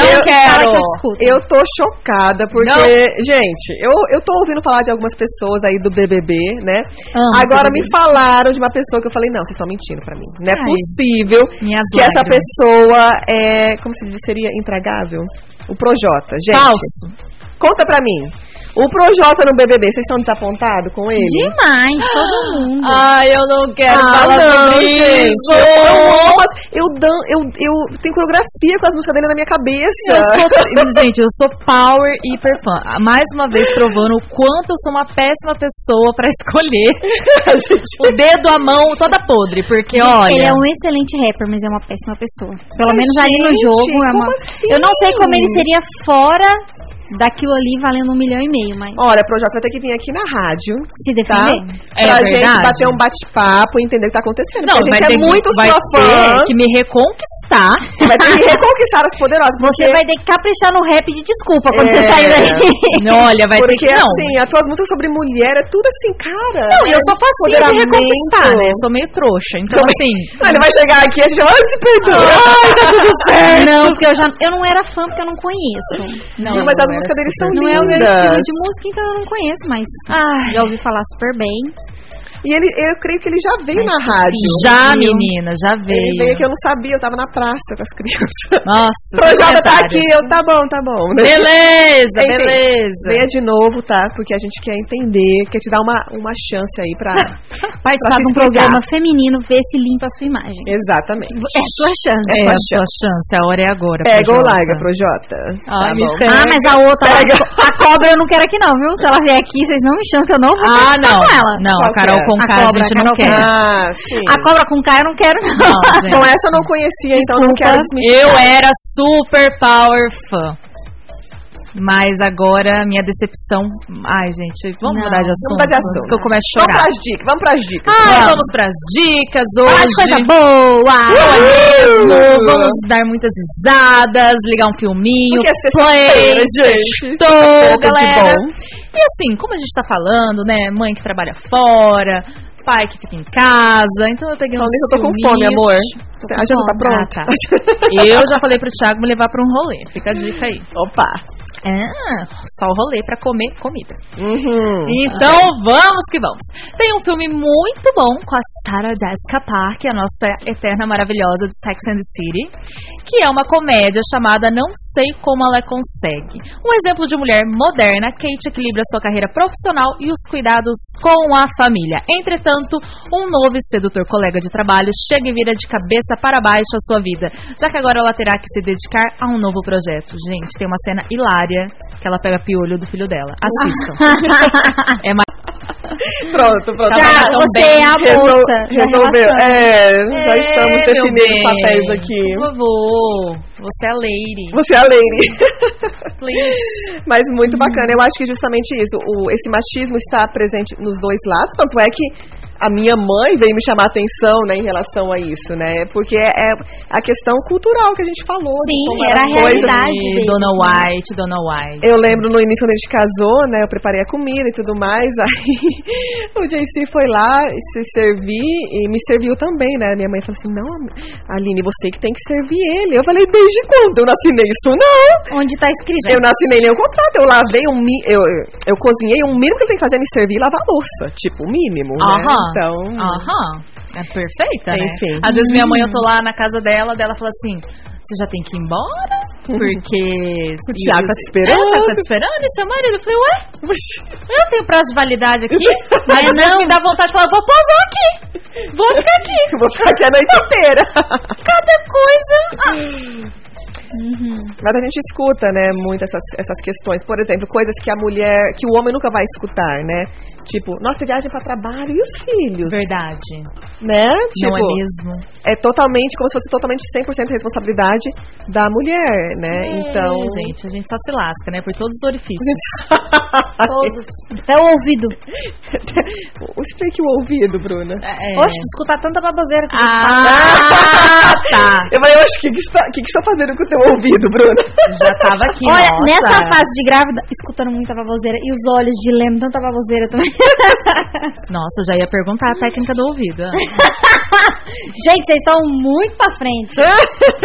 [SPEAKER 5] Não
[SPEAKER 3] eu,
[SPEAKER 5] quero!
[SPEAKER 3] Fala que eu te escuto. Eu tô chocada, porque, gente, eu, eu tô ouvindo falar de algumas pessoas aí do BBB, né?
[SPEAKER 4] Amo
[SPEAKER 3] Agora
[SPEAKER 4] o
[SPEAKER 3] me falaram de uma pessoa que eu falei, não, vocês estão mentindo pra mim. Não é
[SPEAKER 5] Ai,
[SPEAKER 3] possível
[SPEAKER 5] minhas
[SPEAKER 3] que essa
[SPEAKER 5] lágrimas.
[SPEAKER 3] pessoa é, como se diz, seria intragável? O Projota, gente.
[SPEAKER 5] Falso.
[SPEAKER 3] Conta pra mim. O Projota no BBB, vocês estão desapontados com ele?
[SPEAKER 4] Demais, todo mundo.
[SPEAKER 5] Ai, eu Ah, não quero falar sobre
[SPEAKER 3] gente.
[SPEAKER 5] isso!
[SPEAKER 3] Eu, amo as- eu, dan, eu, eu tenho coreografia com as músicas dele na minha cabeça.
[SPEAKER 5] Eu sou- gente, eu sou power hiper fã. Mais uma vez provando o quanto eu sou uma péssima pessoa pra escolher. o dedo, a mão, toda podre. Porque, olha.
[SPEAKER 4] Ele é um excelente rapper, mas é uma péssima pessoa. Pelo
[SPEAKER 3] Ai,
[SPEAKER 4] menos ali no
[SPEAKER 3] gente,
[SPEAKER 4] jogo é uma.
[SPEAKER 3] como assim?
[SPEAKER 4] Eu não sei como ele seria fora daquilo ali valendo um milhão e meio, mas
[SPEAKER 3] Olha, Projota vai ter que vir aqui na rádio,
[SPEAKER 4] se
[SPEAKER 3] tá?
[SPEAKER 4] defender.
[SPEAKER 5] É
[SPEAKER 3] pra
[SPEAKER 5] verdade.
[SPEAKER 3] gente bater um bate-papo e entender o que tá acontecendo.
[SPEAKER 5] Não,
[SPEAKER 3] porque a
[SPEAKER 5] vai
[SPEAKER 3] gente
[SPEAKER 5] ter,
[SPEAKER 3] é muito
[SPEAKER 5] que, vai
[SPEAKER 3] sua fã.
[SPEAKER 5] ter que me reconquistar.
[SPEAKER 3] Vai ter que reconquistar as poderosas.
[SPEAKER 4] Você
[SPEAKER 3] porque-
[SPEAKER 4] vai ter que caprichar no rap de desculpa quando você
[SPEAKER 3] É.
[SPEAKER 4] sair daí.
[SPEAKER 5] olha, vai ter
[SPEAKER 3] Porque
[SPEAKER 5] que. Não,
[SPEAKER 3] assim, as tuas músicas sobre mulher é tudo assim, cara.
[SPEAKER 5] Não, e eu sou
[SPEAKER 3] fácil
[SPEAKER 5] tem que reconquistar, né? Eu sou meio trouxa. Então, assim.
[SPEAKER 3] Ele vai chegar aqui e a gente vai, ai, te perdoa.
[SPEAKER 5] tá
[SPEAKER 4] Não, porque eu já eu não era fã porque eu não conheço.
[SPEAKER 3] Não, mas as músicas deles são
[SPEAKER 4] Não é o meu estilo
[SPEAKER 3] lindas.
[SPEAKER 4] de música, então eu não conheço, mas já ouvi falar super bem.
[SPEAKER 3] E ele, eu creio que ele já veio
[SPEAKER 4] Mas
[SPEAKER 3] na
[SPEAKER 4] que
[SPEAKER 3] rádio.
[SPEAKER 5] Já, menina, já
[SPEAKER 3] Ele veio
[SPEAKER 5] veio.
[SPEAKER 3] aqui, eu não sabia, eu tava na praça com as crianças.
[SPEAKER 5] Nossa,
[SPEAKER 3] Projota tá
[SPEAKER 5] comentários.
[SPEAKER 3] aqui, eu, tá bom, tá bom.
[SPEAKER 5] Beleza,
[SPEAKER 3] Enfim,
[SPEAKER 5] beleza.
[SPEAKER 3] Venha de novo, tá? Porque a gente quer entender, quer te dar uma, uma chance aí pra.
[SPEAKER 4] Participar de um programa feminino, ver se limpa a sua imagem.
[SPEAKER 3] Exatamente.
[SPEAKER 4] É a sua chance.
[SPEAKER 5] É
[SPEAKER 3] Sua
[SPEAKER 5] a sua chance, a hora é agora.
[SPEAKER 3] Pega ou
[SPEAKER 5] Projota.
[SPEAKER 3] larga, Projota.
[SPEAKER 5] Ai,
[SPEAKER 3] tá
[SPEAKER 5] me
[SPEAKER 3] bom.
[SPEAKER 5] pega.
[SPEAKER 4] Ah, mas a outra, lá,
[SPEAKER 3] Pega.
[SPEAKER 4] a cobra eu não quero aqui não, viu? Se ela vier aqui, vocês não me chamam que eu não vou
[SPEAKER 5] Ah, não.
[SPEAKER 4] participar Tá com ela.
[SPEAKER 5] Não,
[SPEAKER 3] Qual
[SPEAKER 5] a Carol
[SPEAKER 3] que é?
[SPEAKER 5] com K
[SPEAKER 4] A
[SPEAKER 5] a
[SPEAKER 4] cobra,
[SPEAKER 5] gente
[SPEAKER 4] a
[SPEAKER 5] não
[SPEAKER 4] Carol
[SPEAKER 5] quer.
[SPEAKER 3] Ah, sim.
[SPEAKER 4] A cobra com K eu não quero não.
[SPEAKER 5] Não, gente.
[SPEAKER 3] Com essa eu não é conhecia, então não quero desmentir.
[SPEAKER 5] Eu era super power fã. Mas agora minha decepção. Ai, gente, vamos
[SPEAKER 4] Não,
[SPEAKER 5] mudar de
[SPEAKER 4] vamos
[SPEAKER 5] assunto.
[SPEAKER 3] mudar de assunto.
[SPEAKER 5] antes que eu comece a
[SPEAKER 3] Vamos
[SPEAKER 5] chorar.
[SPEAKER 3] pras dicas, vamos pras dicas.
[SPEAKER 5] Ai,
[SPEAKER 4] Vamos.
[SPEAKER 5] vamos pras dicas
[SPEAKER 4] Falar de
[SPEAKER 5] hoje.
[SPEAKER 4] coisa boa.
[SPEAKER 5] Não é mesmo? Vamos dar muitas risadas, ligar um filminho,
[SPEAKER 3] Porque é
[SPEAKER 5] play,
[SPEAKER 3] sexta-feira, gente.
[SPEAKER 5] sextou,
[SPEAKER 3] Sexta-feira,
[SPEAKER 5] galera.
[SPEAKER 3] que bom.
[SPEAKER 5] E assim, como a gente tá falando, né? Mãe que trabalha fora, pai que fica em casa, então eu peguei um
[SPEAKER 3] Então, nisso eu tô com fome, amor. A janta tá pronta?
[SPEAKER 5] Ah, tá. Eu já falei pro Thiago me levar pra um rolê. Fica a dica aí.
[SPEAKER 3] Opa.
[SPEAKER 5] Ah, só o rolê pra comer comida.
[SPEAKER 3] Uhum.
[SPEAKER 5] Então vamos que vamos. Tem um filme muito bom com a Sarah Jessica Parker, a nossa eterna maravilhosa de Sex and the City, que é uma comédia chamada Não Sei Como Ela Consegue. Um exemplo de mulher moderna, Kate equilibra sua carreira profissional e os cuidados com a família. Entretanto, um novo e sedutor colega de trabalho chega e vira de cabeça para baixo a sua vida, já que agora ela terá que se dedicar a um novo projeto. Gente, tem uma cena hilária que ela pega piolho do filho dela. Assistam. É
[SPEAKER 3] Pronto, Pronto, pronto.
[SPEAKER 5] Tá
[SPEAKER 4] Já,
[SPEAKER 5] tão
[SPEAKER 4] você
[SPEAKER 5] bem.
[SPEAKER 4] é a
[SPEAKER 3] Resol-
[SPEAKER 4] moça da
[SPEAKER 3] resolveu.
[SPEAKER 4] relação.
[SPEAKER 3] É, já
[SPEAKER 5] É,
[SPEAKER 3] estamos
[SPEAKER 5] meu
[SPEAKER 3] definindo
[SPEAKER 5] bem.
[SPEAKER 3] os papéis aqui.
[SPEAKER 5] Por favor, você é a lady.
[SPEAKER 3] Você é a Lady.
[SPEAKER 5] Please.
[SPEAKER 3] Mas muito bacana. Eu acho que justamente isso. O, esse machismo está presente nos dois lados. Tanto é que a minha mãe veio me chamar a atenção né, em relação a isso, né? Porque é, é a questão cultural que a gente falou. de
[SPEAKER 4] Sim,
[SPEAKER 3] como
[SPEAKER 4] era a
[SPEAKER 3] eram coisas.
[SPEAKER 4] realidade
[SPEAKER 5] E
[SPEAKER 4] dele.
[SPEAKER 5] Dona White, Dona White.
[SPEAKER 3] Eu lembro no início quando a gente casou, né? Eu preparei a comida e tudo mais. Aí o JC foi lá se servir e me serviu também, né? Minha mãe falou assim: Não, Aline, você que tem que servir ele. Eu falei: Desde quando eu não assinei isso? Não!
[SPEAKER 4] Onde tá escrito?
[SPEAKER 3] Eu não assinei nenhum contrato. Eu lavei um. mi- Eu, eu- eu cozinhei. O mínimo que ele tem que fazer é me servir e lavar a louça. Tipo, o mínimo. né?
[SPEAKER 5] Aham.
[SPEAKER 3] Então.
[SPEAKER 5] Aham. É perfeita, né?
[SPEAKER 3] Enfim.
[SPEAKER 5] Às vezes minha mãe, eu tô lá na casa dela, dela fala assim, você já tem que ir embora? Porque...
[SPEAKER 3] O Thiago tá te esperando.
[SPEAKER 5] É, o Thiago tá te esperando e seu marido? Eu falei, ué? Eu tenho prazo de validade aqui? Mas
[SPEAKER 4] É,
[SPEAKER 5] não
[SPEAKER 4] não.
[SPEAKER 5] me dá vontade de falar, vou posar aqui. Vou ficar aqui.
[SPEAKER 3] Eu vou ficar aqui a noite inteira.
[SPEAKER 5] Cada coisa. Ah,
[SPEAKER 3] Mas a gente escuta, né, muito essas, essas questões. Por exemplo, coisas que a mulher, que o homem nunca vai escutar, né? Tipo, nossa, viagem pra trabalho e os filhos,
[SPEAKER 5] verdade.
[SPEAKER 3] né? Tipo,
[SPEAKER 5] não é mesmo?
[SPEAKER 3] é totalmente, como se fosse totalmente 100% responsabilidade da mulher, né? então,
[SPEAKER 5] É, gente, a gente só se lasca, né? Por todos os orifícios.
[SPEAKER 4] Todos. Até é o ouvido.
[SPEAKER 3] Explique o ouvido, Bruna.
[SPEAKER 5] É.
[SPEAKER 4] Oxe, escutar tanta baboseira que
[SPEAKER 5] Ah, tá.
[SPEAKER 3] Eu falei, eu acho que o que está que que está fazendo com o teu ouvido, Bruna?
[SPEAKER 5] Já tá tava aqui,
[SPEAKER 4] Olha,
[SPEAKER 5] nossa.
[SPEAKER 4] nessa fase de grávida, escutando muita baboseira e os olhos de lendo tanta baboseira também.
[SPEAKER 5] Nossa, eu já ia perguntar a técnica do ouvido.
[SPEAKER 4] Gente, vocês estão muito pra frente.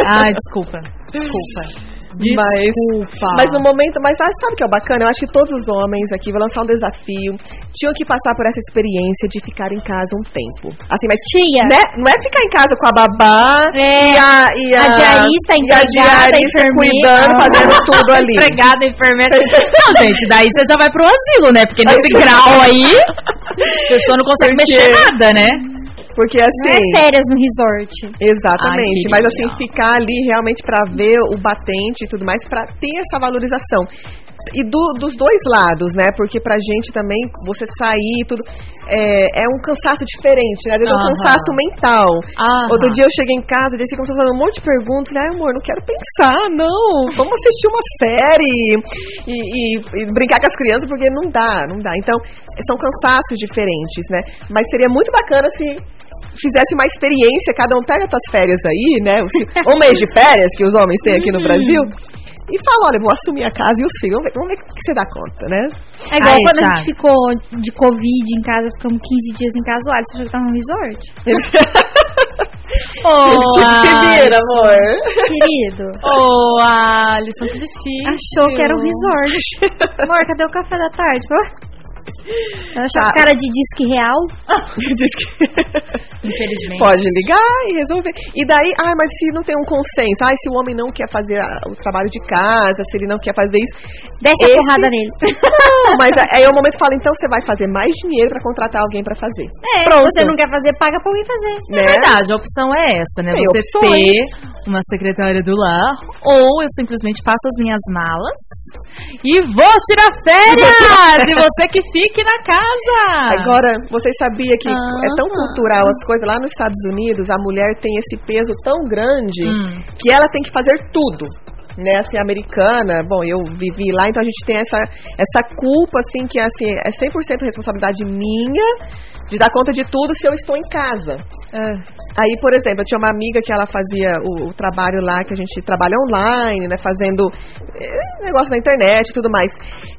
[SPEAKER 5] Ah, desculpa. Desculpa.
[SPEAKER 3] Mas,
[SPEAKER 5] Desculpa.
[SPEAKER 3] mas no momento, mas acho, sabe o que é o bacana? Eu acho que todos os homens aqui vão lançar um desafio. Tinham que passar por essa experiência de ficar em casa um tempo. Assim, mas
[SPEAKER 4] Tia.
[SPEAKER 3] né? não é ficar em casa com a babá e
[SPEAKER 4] É.
[SPEAKER 3] a e a,
[SPEAKER 4] A diarista,
[SPEAKER 3] e
[SPEAKER 4] a
[SPEAKER 3] a
[SPEAKER 4] empregada,
[SPEAKER 3] diarista
[SPEAKER 4] enfermeira.
[SPEAKER 3] cuidando, fazendo tudo ali.
[SPEAKER 5] Empregada, enfermeira. Não, gente, daí você já vai pro asilo, né? Porque nesse grau aí, a pessoa não consegue
[SPEAKER 3] Porque-
[SPEAKER 5] mexer nada, né?
[SPEAKER 3] Porque
[SPEAKER 4] Não é
[SPEAKER 3] assim.
[SPEAKER 4] férias no resort.
[SPEAKER 3] Exatamente,
[SPEAKER 5] Ai, que
[SPEAKER 3] mas assim,
[SPEAKER 5] legal.
[SPEAKER 3] ficar ali realmente pra ver o batente e tudo mais, pra ter essa valorização. E do- dos dois lados, né? Porque pra gente também, você sair e tudo, é, é um cansaço diferente, né? Às vezes é um
[SPEAKER 5] Aham.
[SPEAKER 3] cansaço mental.
[SPEAKER 5] Aham.
[SPEAKER 3] Outro dia eu cheguei em casa, o Jessica começou a fazer um monte de perguntas, né? Amor, não quero pensar, não. Vamos assistir uma série e, e- e brincar com as crianças, porque não dá, não dá. Então, são cansaços diferentes, né? Mas seria muito bacana se fizesse uma experiência, cada um pega suas férias aí, né? os- Um mês de férias que os homens têm aqui no Brasil. E fala, olha, vou assumir a casa e os filhos. Vamos ver, vamos ver o que você dá conta, né?
[SPEAKER 4] É igual
[SPEAKER 5] Aí,
[SPEAKER 4] quando a
[SPEAKER 5] Thiago.
[SPEAKER 4] gente ficou de Covid em casa, ficamos 15 dias em casa, o Alisson achou que tava no resort.
[SPEAKER 5] Ô,
[SPEAKER 3] Tipo, se vira, amor.
[SPEAKER 4] Querido,
[SPEAKER 5] Ô, Alisson, que difícil.
[SPEAKER 4] achou que era um resort. Amor, cadê o café da tarde? Pô? Eu achava
[SPEAKER 3] Tá.
[SPEAKER 4] cara de disque real.
[SPEAKER 3] Diz que
[SPEAKER 5] Infelizmente.
[SPEAKER 3] pode ligar e resolver. E daí, ah, mas se não tem um consenso, ah, se o homem não quer fazer a- o trabalho de casa, se ele não quer fazer isso.
[SPEAKER 4] Desce
[SPEAKER 3] Esse-
[SPEAKER 4] a porrada nele.
[SPEAKER 3] Não, mas aí é o momento que fala, então você vai fazer mais dinheiro pra contratar alguém pra fazer.
[SPEAKER 4] É,
[SPEAKER 3] Pronto.
[SPEAKER 4] você não quer fazer, paga pra alguém fazer.
[SPEAKER 5] É verdade, a opção é essa,
[SPEAKER 3] Né?
[SPEAKER 5] né?
[SPEAKER 3] Tem
[SPEAKER 5] Você
[SPEAKER 3] opções.
[SPEAKER 5] ter uma secretária do lar, ou eu simplesmente faço as minhas malas e vou tirar férias! e você que fique na casa!
[SPEAKER 3] Agora, vocês sabiam que
[SPEAKER 4] Ah.
[SPEAKER 3] é tão cultural as coisas lá nos Estados Unidos, a mulher tem esse peso tão grande
[SPEAKER 5] Hum.
[SPEAKER 3] que ela tem que fazer tudo. Né, assim, americana, bom, eu vivi lá, então a gente tem essa, essa culpa, assim, que assim, é 100% responsabilidade minha de dar conta de tudo se eu estou em casa. É. Aí, por exemplo, eu tinha uma amiga que ela fazia o, o trabalho lá, que a gente trabalha online, né? Fazendo eh, negócio na internet e tudo mais.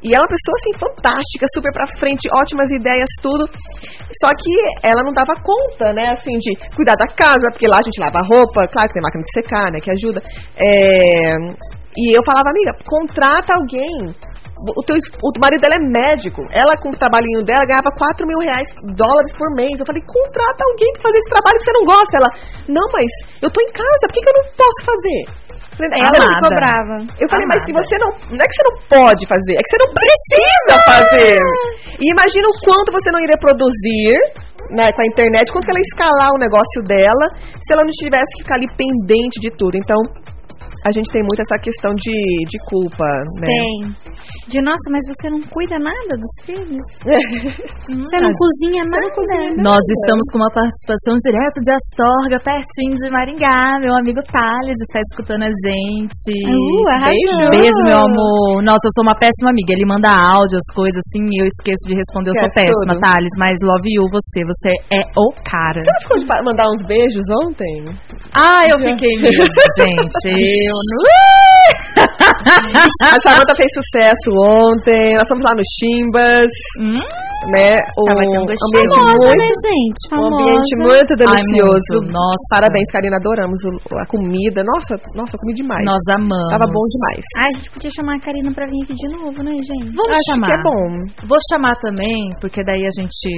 [SPEAKER 3] E é uma pessoa, assim, fantástica, super pra frente, ótimas ideias, tudo. Só que ela não dava conta, né? Assim, de cuidar da casa, porque lá a gente lava a roupa, claro que tem máquina de secar, né? Que ajuda. É, e eu falava, amiga, contrata alguém. O, teu, es- o marido dela é médico. Ela, com o trabalhinho dela, ganhava 4 mil reais dólares por mês. Eu falei, contrata alguém pra fazer esse trabalho que você não gosta. Ela, não, mas eu tô em casa, por que, que eu não posso fazer? Eu falei,
[SPEAKER 5] É
[SPEAKER 3] ela não
[SPEAKER 5] amada.
[SPEAKER 4] Cobrava.
[SPEAKER 3] eu falei, mas se
[SPEAKER 5] Amada.
[SPEAKER 3] você não. Não é que você não pode fazer, é que você não precisa fazer. E imagina o quanto você não iria produzir né, com a internet, quanto que ela ia escalar o negócio dela se ela não tivesse que ficar ali pendente de tudo. Então. a gente tem muito essa questão de, de culpa, né?
[SPEAKER 4] Tem. De nossa, mas você não cuida nada dos filhos? Você não cozinha nada?
[SPEAKER 5] Nós estamos com uma participação direto de Astorga, pertinho de Maringá. Meu amigo Thales está escutando a gente.
[SPEAKER 4] Uh, arrasou.
[SPEAKER 5] Beijo, meu amor. Nossa, eu sou uma péssima amiga. Ele manda áudio, as coisas assim, e eu esqueço de responder. Eu sou
[SPEAKER 3] Esquece
[SPEAKER 5] péssima,
[SPEAKER 3] tudo.
[SPEAKER 5] Thales, mas love you, você. Você é o cara.
[SPEAKER 3] Você não ficou de pa- mandar uns beijos ontem?
[SPEAKER 5] Ah, eu fiquei mesmo, gente. Eu não.
[SPEAKER 3] A Charlotte fez sucesso ontem. Nós fomos lá no Chimbas,
[SPEAKER 5] Hum,
[SPEAKER 3] né? O
[SPEAKER 5] Ela tem um gostinho.
[SPEAKER 3] ambiente
[SPEAKER 4] Famosa, né,
[SPEAKER 3] muito,
[SPEAKER 4] gente?
[SPEAKER 3] um
[SPEAKER 4] Famosa.
[SPEAKER 3] ambiente muito
[SPEAKER 5] Ai,
[SPEAKER 3] delicioso.
[SPEAKER 5] muito. Nossa.
[SPEAKER 3] Parabéns, Karina. Adoramos o- a comida. Nossa, nossa, comi demais.
[SPEAKER 5] Nós amamos.
[SPEAKER 3] Tava bom demais.
[SPEAKER 4] Ai, a gente podia chamar a Karina pra vir aqui de novo, né, gente?
[SPEAKER 5] Vamos
[SPEAKER 3] Acho
[SPEAKER 5] chamar.
[SPEAKER 3] que é bom.
[SPEAKER 5] Vou chamar também, porque daí a gente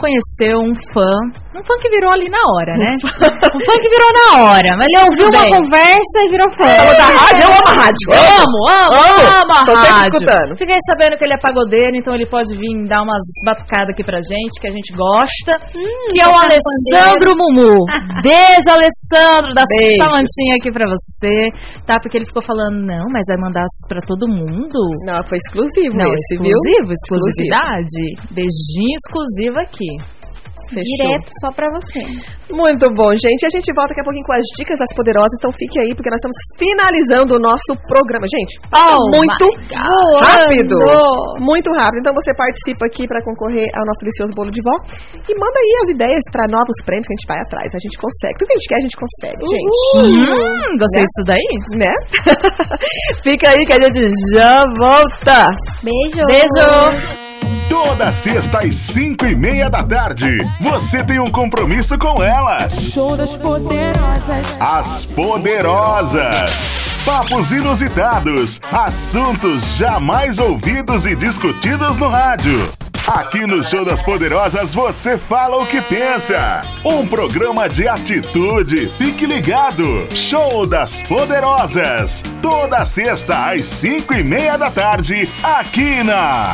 [SPEAKER 5] conheceu um fã. Um fã que virou ali na hora, né? um fã que virou na hora. Mas ele ouviu
[SPEAKER 4] Tudo
[SPEAKER 5] uma
[SPEAKER 4] bem.
[SPEAKER 5] conversa e virou fã.
[SPEAKER 3] Falou da rádio, eu amo a rádio.
[SPEAKER 5] Amo, amo,
[SPEAKER 3] Amo.
[SPEAKER 5] amo a
[SPEAKER 3] Tô sempre
[SPEAKER 5] rádio.
[SPEAKER 3] escutando.
[SPEAKER 5] Fiquei sabendo que ele é pagodeiro, então ele pode vir dar umas batucadas aqui pra gente, que a gente gosta.
[SPEAKER 3] Hum,
[SPEAKER 5] que é o
[SPEAKER 4] tocar no
[SPEAKER 5] Alessandro Mumu. Beijo, Alessandro, da
[SPEAKER 3] Beijo.
[SPEAKER 5] Salantinha aqui pra você. Tá? Porque ele ficou falando, não, mas vai mandar pra todo mundo.
[SPEAKER 3] Não, foi exclusivo
[SPEAKER 5] Não,
[SPEAKER 3] esse, viu?
[SPEAKER 5] exclusivo, exclusividade. Beijinho exclusivo aqui.
[SPEAKER 4] Direto só pra você.
[SPEAKER 3] Muito bom, gente. A gente volta daqui a pouquinho com as dicas das poderosas. Então fique aí, porque nós estamos finalizando o nosso programa. Gente,
[SPEAKER 5] Oh,
[SPEAKER 3] muito
[SPEAKER 4] God.
[SPEAKER 3] rápido.
[SPEAKER 4] Voando.
[SPEAKER 3] Muito rápido. Então você participa aqui para concorrer ao nosso delicioso bolo de vó. E manda aí as ideias para novos prêmios que a gente vai atrás. A gente consegue. Tudo que a gente quer, a gente consegue, gente.
[SPEAKER 5] Hum, gostei
[SPEAKER 3] Né?
[SPEAKER 5] disso daí?
[SPEAKER 3] Né? Fica aí que a gente já volta.
[SPEAKER 4] Beijo.
[SPEAKER 5] Beijo.
[SPEAKER 6] Toda sexta às cinco e meia da tarde, você tem um compromisso com elas.
[SPEAKER 7] Show das poderosas.
[SPEAKER 6] As Poderosas. Papos inusitados, assuntos jamais ouvidos e discutidos no rádio. Aqui no Show das Poderosas você fala o que pensa. Um programa de atitude. Fique ligado. Show das Poderosas. Toda sexta às cinco e meia da tarde, aqui na.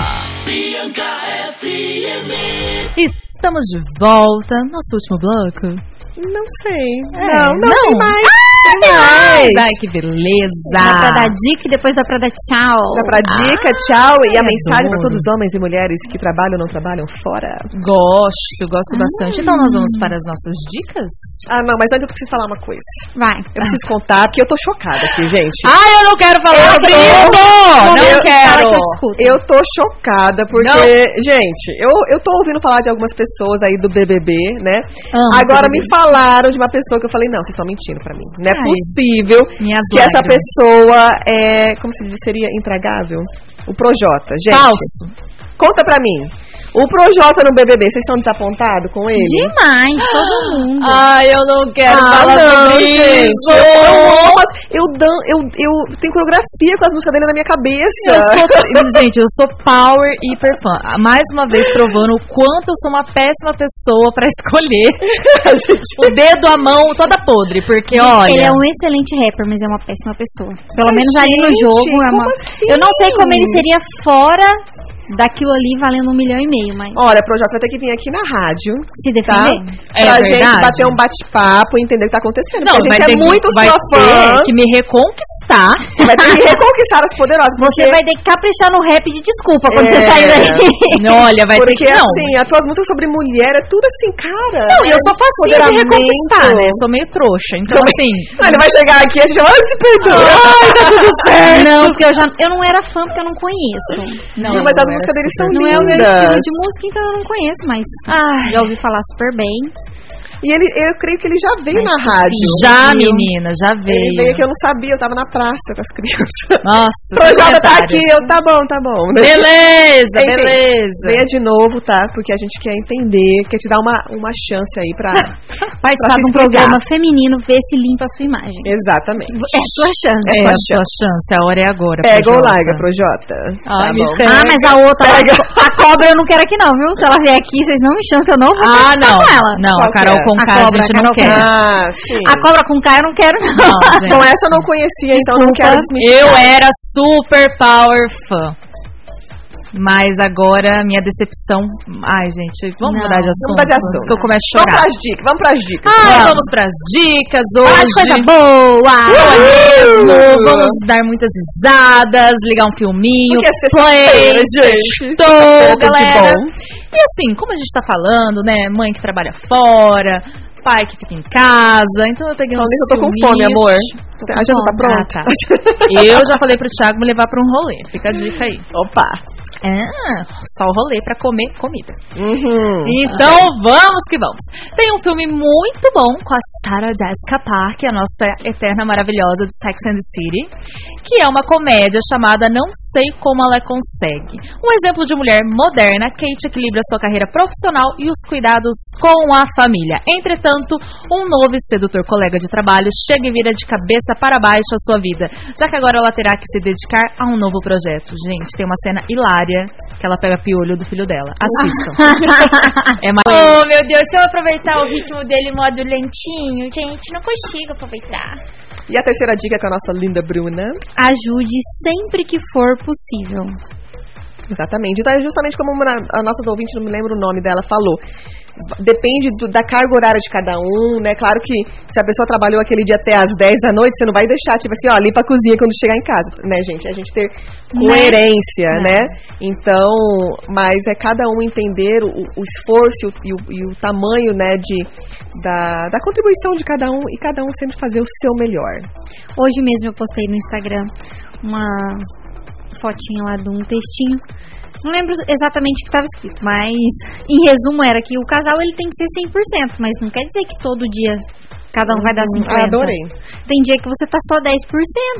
[SPEAKER 5] Estamos de volta. Nosso último bloco.
[SPEAKER 3] Não sei.
[SPEAKER 5] É, Ah,
[SPEAKER 3] não, não, tem mais. Tem mais.
[SPEAKER 5] Ai, que beleza.
[SPEAKER 4] Dá pra dar dica e depois dá pra dar tchau.
[SPEAKER 3] Dá pra
[SPEAKER 5] ah.
[SPEAKER 3] dica, tchau. E a mensagem para
[SPEAKER 5] adoro.
[SPEAKER 3] todos os homens e mulheres que trabalham ou não trabalham fora.
[SPEAKER 5] Gosto, gosto bastante. Então nós vamos para as nossas dicas?
[SPEAKER 3] Ah, não, mas antes eu preciso falar uma coisa.
[SPEAKER 4] Vai.
[SPEAKER 3] Eu preciso contar, porque eu tô chocada aqui, gente.
[SPEAKER 5] Ai, eu não quero falar
[SPEAKER 3] sobre isso!
[SPEAKER 5] Não,
[SPEAKER 3] Eu-
[SPEAKER 5] quero.
[SPEAKER 4] fala que eu discuto.
[SPEAKER 3] Eu tô chocada, porque,
[SPEAKER 5] Não.
[SPEAKER 3] gente, eu, eu tô ouvindo falar de algumas pessoas aí do BBB, né?
[SPEAKER 4] Amo
[SPEAKER 3] Agora
[SPEAKER 4] BBB.
[SPEAKER 3] me falaram de uma pessoa que eu falei, não, vocês estão mentindo pra mim. Não é
[SPEAKER 5] Ai,
[SPEAKER 3] possível
[SPEAKER 5] minhas
[SPEAKER 3] que essa
[SPEAKER 5] lágrimas.
[SPEAKER 3] pessoa é, como se diz, seria intragável? O Projota, gente.
[SPEAKER 5] Falso.
[SPEAKER 3] Conta pra mim. O Projota no BBB, vocês estão desapontados com ele?
[SPEAKER 4] Demais, todo mundo.
[SPEAKER 5] Ai, eu não quero
[SPEAKER 3] Ah, não, gente. Eu, amo- eu, dan, eu, eu tenho coreografia com as músicas dele na minha cabeça.
[SPEAKER 5] Eu sou- gente, eu sou power e hiper fã. Mais uma vez provando o quanto eu sou uma péssima pessoa pra escolher. o dedo, a mão, toda podre. Porque, olha.
[SPEAKER 4] Ele é um excelente rapper, mas é uma péssima pessoa. Pelo
[SPEAKER 3] Ai,
[SPEAKER 4] menos ali no
[SPEAKER 3] gente,
[SPEAKER 4] jogo é
[SPEAKER 3] como
[SPEAKER 4] uma.
[SPEAKER 3] assim?
[SPEAKER 4] Eu não sei como ele seria fora daquilo ali valendo um milhão e meio, mas
[SPEAKER 3] Olha, Projota vai ter que vir aqui na rádio,
[SPEAKER 4] se
[SPEAKER 3] tá?
[SPEAKER 4] defender.
[SPEAKER 5] É
[SPEAKER 3] pra
[SPEAKER 5] verdade.
[SPEAKER 3] gente bater um bate-papo e entender o que tá acontecendo.
[SPEAKER 5] Não,
[SPEAKER 3] porque a
[SPEAKER 5] vai
[SPEAKER 3] gente
[SPEAKER 5] ter,
[SPEAKER 3] é muito
[SPEAKER 5] vai
[SPEAKER 3] sua fã.
[SPEAKER 5] ter que me reconquistar.
[SPEAKER 3] Vai ter que reconquistar as poderosas.
[SPEAKER 4] Você
[SPEAKER 3] porque-
[SPEAKER 4] vai ter que caprichar no rap de desculpa quando você
[SPEAKER 3] É.
[SPEAKER 4] sair daí.
[SPEAKER 5] olha, vai ter
[SPEAKER 3] Porque
[SPEAKER 5] que. Não.
[SPEAKER 3] assim, as tuas músicas sobre mulher é tudo assim, cara.
[SPEAKER 5] não, e eu sou facinha de
[SPEAKER 3] empoderamento.
[SPEAKER 5] reconquistar, né? Eu sou meio trouxa. Então, assim.
[SPEAKER 3] Ah, Ele vai chegar aqui e a gente vai, "Ai, tá te perdoa.
[SPEAKER 5] Ah.
[SPEAKER 4] Não, porque eu já eu não era fã porque eu não conheço.
[SPEAKER 3] Não, mas as músicas
[SPEAKER 5] assim.
[SPEAKER 3] dele são
[SPEAKER 4] Não é o meu estilo
[SPEAKER 3] lindas.
[SPEAKER 4] de música, então eu não conheço, mas
[SPEAKER 5] Ai.
[SPEAKER 4] já ouvi falar super bem.
[SPEAKER 3] E ele, eu creio que ele já veio na rádio.
[SPEAKER 5] Já, menina, já
[SPEAKER 3] Ele
[SPEAKER 5] veio.
[SPEAKER 3] veio que eu não sabia, eu tava na praça com as crianças.
[SPEAKER 5] Nossa, é
[SPEAKER 3] Projota tá
[SPEAKER 5] comentários.
[SPEAKER 3] aqui, eu tá bom, tá bom.
[SPEAKER 5] Beleza,
[SPEAKER 3] Enfim,
[SPEAKER 5] beleza.
[SPEAKER 3] Venha de novo, tá? Porque a gente quer entender, quer te dar uma, uma chance aí pra. se
[SPEAKER 4] Participar de um
[SPEAKER 3] explicar.
[SPEAKER 4] programa feminino, ver se limpa a sua imagem.
[SPEAKER 3] Exatamente.
[SPEAKER 4] É a sua chance.
[SPEAKER 5] É,
[SPEAKER 3] Sua
[SPEAKER 5] a sua chance, a hora é agora.
[SPEAKER 3] Pega ou
[SPEAKER 5] Projota.
[SPEAKER 3] larga, Projota.
[SPEAKER 5] Ai,
[SPEAKER 3] tá
[SPEAKER 5] me
[SPEAKER 3] bom.
[SPEAKER 5] pega.
[SPEAKER 4] Ah, mas a outra, lá,
[SPEAKER 3] Pega.
[SPEAKER 4] a cobra eu não quero aqui não, viu? Se ela vier aqui, vocês não me chamam que eu não vou
[SPEAKER 5] Ah,
[SPEAKER 4] participar
[SPEAKER 5] não.
[SPEAKER 4] com ela.
[SPEAKER 5] Não,
[SPEAKER 3] Qual
[SPEAKER 5] a Carol
[SPEAKER 3] que é?
[SPEAKER 5] com K
[SPEAKER 4] A
[SPEAKER 5] a
[SPEAKER 4] cobra,
[SPEAKER 5] gente
[SPEAKER 4] a
[SPEAKER 5] não
[SPEAKER 4] Carol
[SPEAKER 5] quer.
[SPEAKER 3] Ah, sim.
[SPEAKER 4] A cobra com K eu não quero não.
[SPEAKER 5] Não, gente.
[SPEAKER 3] Então essa eu Então, não conhecia, então eu não quero desmentir.
[SPEAKER 5] Eu era super power fã. Mas agora minha decepção. Ai, gente, vamos
[SPEAKER 4] Não,
[SPEAKER 5] mudar de
[SPEAKER 3] Vamos
[SPEAKER 5] assunto.
[SPEAKER 3] mudar de assunto.
[SPEAKER 5] antes Que eu começo
[SPEAKER 3] Vamos
[SPEAKER 5] a Tipo, chorar.
[SPEAKER 3] pras dicas, vamos pras dicas.
[SPEAKER 5] Ai,
[SPEAKER 3] Vamos.
[SPEAKER 5] vamos pras dicas
[SPEAKER 4] Fala
[SPEAKER 5] hoje.
[SPEAKER 4] de coisa boa!
[SPEAKER 5] Não é mesmo? Vamos dar muitas risadas, ligar um filminho,
[SPEAKER 3] Porque é
[SPEAKER 5] play,
[SPEAKER 3] sexta-feira, gente.
[SPEAKER 5] sextou,
[SPEAKER 3] Sexta-feira tem de
[SPEAKER 5] galera.
[SPEAKER 3] bom.
[SPEAKER 5] E assim, como a gente tá falando, né, mãe que trabalha fora, pai que fica em casa, então eu peguei uns
[SPEAKER 3] Paulinha, eu tô com fome,
[SPEAKER 5] filminhos.
[SPEAKER 3] amor.
[SPEAKER 5] Tô com
[SPEAKER 3] A janta tá
[SPEAKER 5] fome.
[SPEAKER 3] pronta?
[SPEAKER 5] Ah, tá. Eu já falei pro Thiago me levar pra um rolê, fica a dica aí.
[SPEAKER 3] Opa.
[SPEAKER 5] Ah, só o rolê pra comer comida.
[SPEAKER 3] Uhum.
[SPEAKER 5] Então vamos que vamos. Tem um filme muito bom com a Sarah Jessica Parker, a nossa eterna maravilhosa de Sex and the City, que é uma comédia chamada Não Sei Como Ela Consegue. Um exemplo de mulher moderna, Kate equilibra sua carreira profissional e os cuidados com a família. Entretanto, um novo e sedutor colega de trabalho chega e vira de cabeça para baixo a sua vida, já que agora ela terá que se dedicar a um novo projeto. Gente, tem uma cena hilária que ela pega piolho do filho dela. Assistam. É mais...
[SPEAKER 9] Oh, meu Deus, deixa eu aproveitar Tá, o ritmo dele em modo lentinho. Gente, não consigo aproveitar.
[SPEAKER 3] E a terceira dica é com a nossa linda Bruna.
[SPEAKER 4] Ajude sempre que for possível.
[SPEAKER 3] Exatamente. Então, é justamente como uma- a nossa ouvinte, não me lembro o nome dela, falou. Depende do- da carga horária de cada um, né? Claro que se a pessoa trabalhou aquele dia até as 10 da noite, você não vai deixar, tipo assim, ó, limpa a cozinha quando chegar em casa, né, gente? A gente ter coerência, né? Então, mas é cada um entender o, o esforço e o, e o tamanho, né, de, da, da contribuição de cada um e cada um sempre fazer o seu melhor.
[SPEAKER 4] Hoje mesmo eu postei no Instagram uma fotinha lá de um textinho. Não lembro exatamente o que estava escrito, mas em resumo era que o casal ele tem que ser 100%, mas não quer dizer que todo dia cada um vai dar 50.
[SPEAKER 3] Ah, adorei.
[SPEAKER 4] Tem dia que você tá só 10%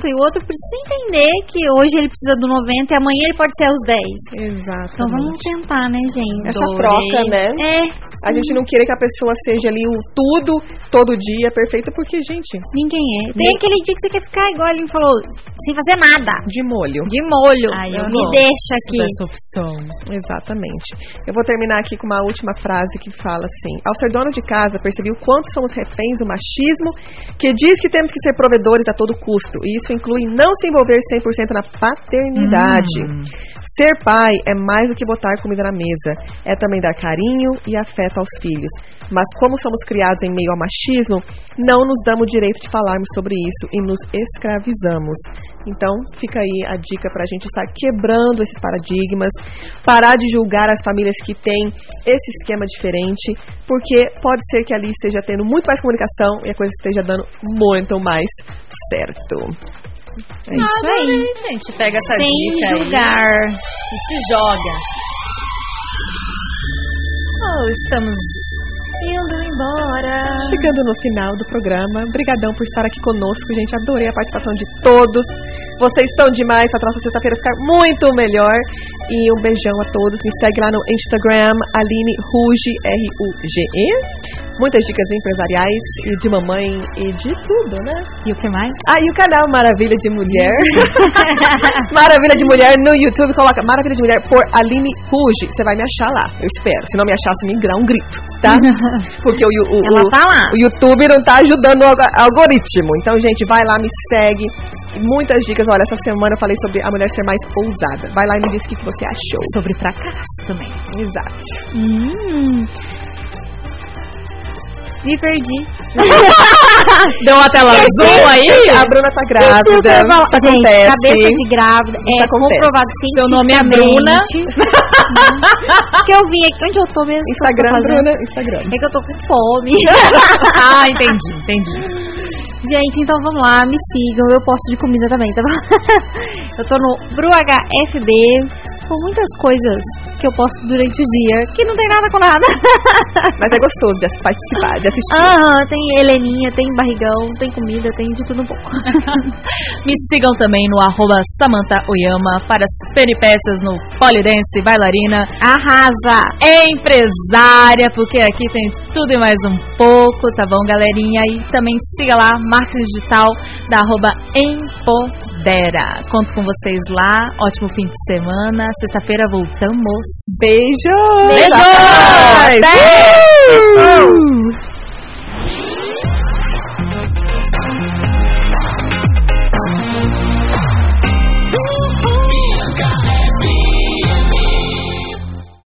[SPEAKER 4] e o outro precisa entender que hoje ele precisa do 90 e amanhã ele pode ser os 10.
[SPEAKER 3] Exato.
[SPEAKER 4] Então vamos tentar, né, gente?
[SPEAKER 3] Essa troca, né?
[SPEAKER 4] É,
[SPEAKER 3] A gente não querer que a pessoa seja ali o tudo, todo dia, é perfeita, porque, gente,
[SPEAKER 4] ninguém é. Tem aquele dia que você quer ficar igual ele falou, sem fazer nada.
[SPEAKER 3] de molho.
[SPEAKER 4] De molho.
[SPEAKER 5] Ai, eu
[SPEAKER 4] me
[SPEAKER 5] gosto
[SPEAKER 4] deixa aqui.
[SPEAKER 5] Dessa opção.
[SPEAKER 3] Exatamente. Eu vou terminar aqui com uma última frase que fala assim: Ao ser dono de casa, percebi o quanto somos reféns do machismo que diz que temos que ser provedores a todo custo. E isso inclui não se envolver 100% na paternidade. Ser pai é mais do que botar comida na mesa, é também dar carinho e afeto aos filhos. Mas como somos criados em meio ao machismo, não nos damos o direito de falarmos sobre isso e nos escravizamos. Então, fica aí a dica pra gente estar quebrando esses paradigmas, parar de julgar as famílias que têm esse esquema diferente, porque pode ser que ali esteja tendo muito mais comunicação e a coisa esteja dando muito mais certo.
[SPEAKER 5] É isso aí, gente. Pega essa
[SPEAKER 4] Sem
[SPEAKER 5] dica aí
[SPEAKER 4] julgar.
[SPEAKER 5] e se joga. Oh, estamos indo embora.
[SPEAKER 3] Chegando no final do programa, brigadão por estar aqui conosco, gente. Adorei a participação de todos. Vocês estão demais para nossa sexta-feira ficar muito melhor. E um beijão a todos. Me segue lá no Instagram, Aline Ruge, R-U-G-E. Muitas dicas empresariais e de mamãe e de tudo, né?
[SPEAKER 5] E o que mais?
[SPEAKER 3] Ah, e o canal Maravilha de Mulher. Maravilha de Mulher no YouTube. Coloca Maravilha de Mulher por Aline Ruge. Você vai me achar lá, eu espero. Se não me achar, você me dá um grito, tá? Porque o, o, o-
[SPEAKER 4] Ela tá lá.
[SPEAKER 3] o YouTube não tá ajudando o alg- algoritmo. Então, gente, vai lá, me segue. Muitas dicas. Olha, essa semana eu falei sobre a mulher ser mais ousada. Vai lá e me diz o que que você achou.
[SPEAKER 5] Sobre fracasso também.
[SPEAKER 3] Exato.
[SPEAKER 4] Hum. Me perdi.
[SPEAKER 5] Deu uma tela azul aí?
[SPEAKER 3] A Bruna tá
[SPEAKER 4] Isso que eu
[SPEAKER 3] grávida.
[SPEAKER 4] ia falar.
[SPEAKER 3] Isso
[SPEAKER 4] Gente,
[SPEAKER 3] acontece.
[SPEAKER 4] cabeça de grávida é
[SPEAKER 3] acontece.
[SPEAKER 4] comprovado
[SPEAKER 5] Seu nome é Bruna.
[SPEAKER 4] Que eu vim aqui. Onde eu tô mesmo?
[SPEAKER 3] Instagram,
[SPEAKER 4] Que eu tô fazendo?
[SPEAKER 3] Bruna. Instagram.
[SPEAKER 4] É que eu tô com fome.
[SPEAKER 5] ah, entendi, entendi.
[SPEAKER 4] Gente, então vamos lá, me sigam. Eu posto de comida também, tá bom? Eu tô no BruHFB com muitas coisas que eu posto durante o dia, que não tem nada com nada.
[SPEAKER 3] Mas é gostoso de participar, de assistir.
[SPEAKER 4] Aham, tem Heleninha, tem barrigão, tem comida, tem de tudo um pouco.
[SPEAKER 5] Me sigam também no arroba Samantha Oyama para as peripécias no polidense, bailarina, É
[SPEAKER 4] Arrasa!
[SPEAKER 5] empresária, porque aqui tem tudo e mais um pouco, tá bom, galerinha? E também siga lá, marketing digital da arroba Empodera. Conto com vocês lá, ótimo fim de semana. Sexta-feira voltamos.
[SPEAKER 3] Beijo!
[SPEAKER 5] Beijo!
[SPEAKER 3] Até mais.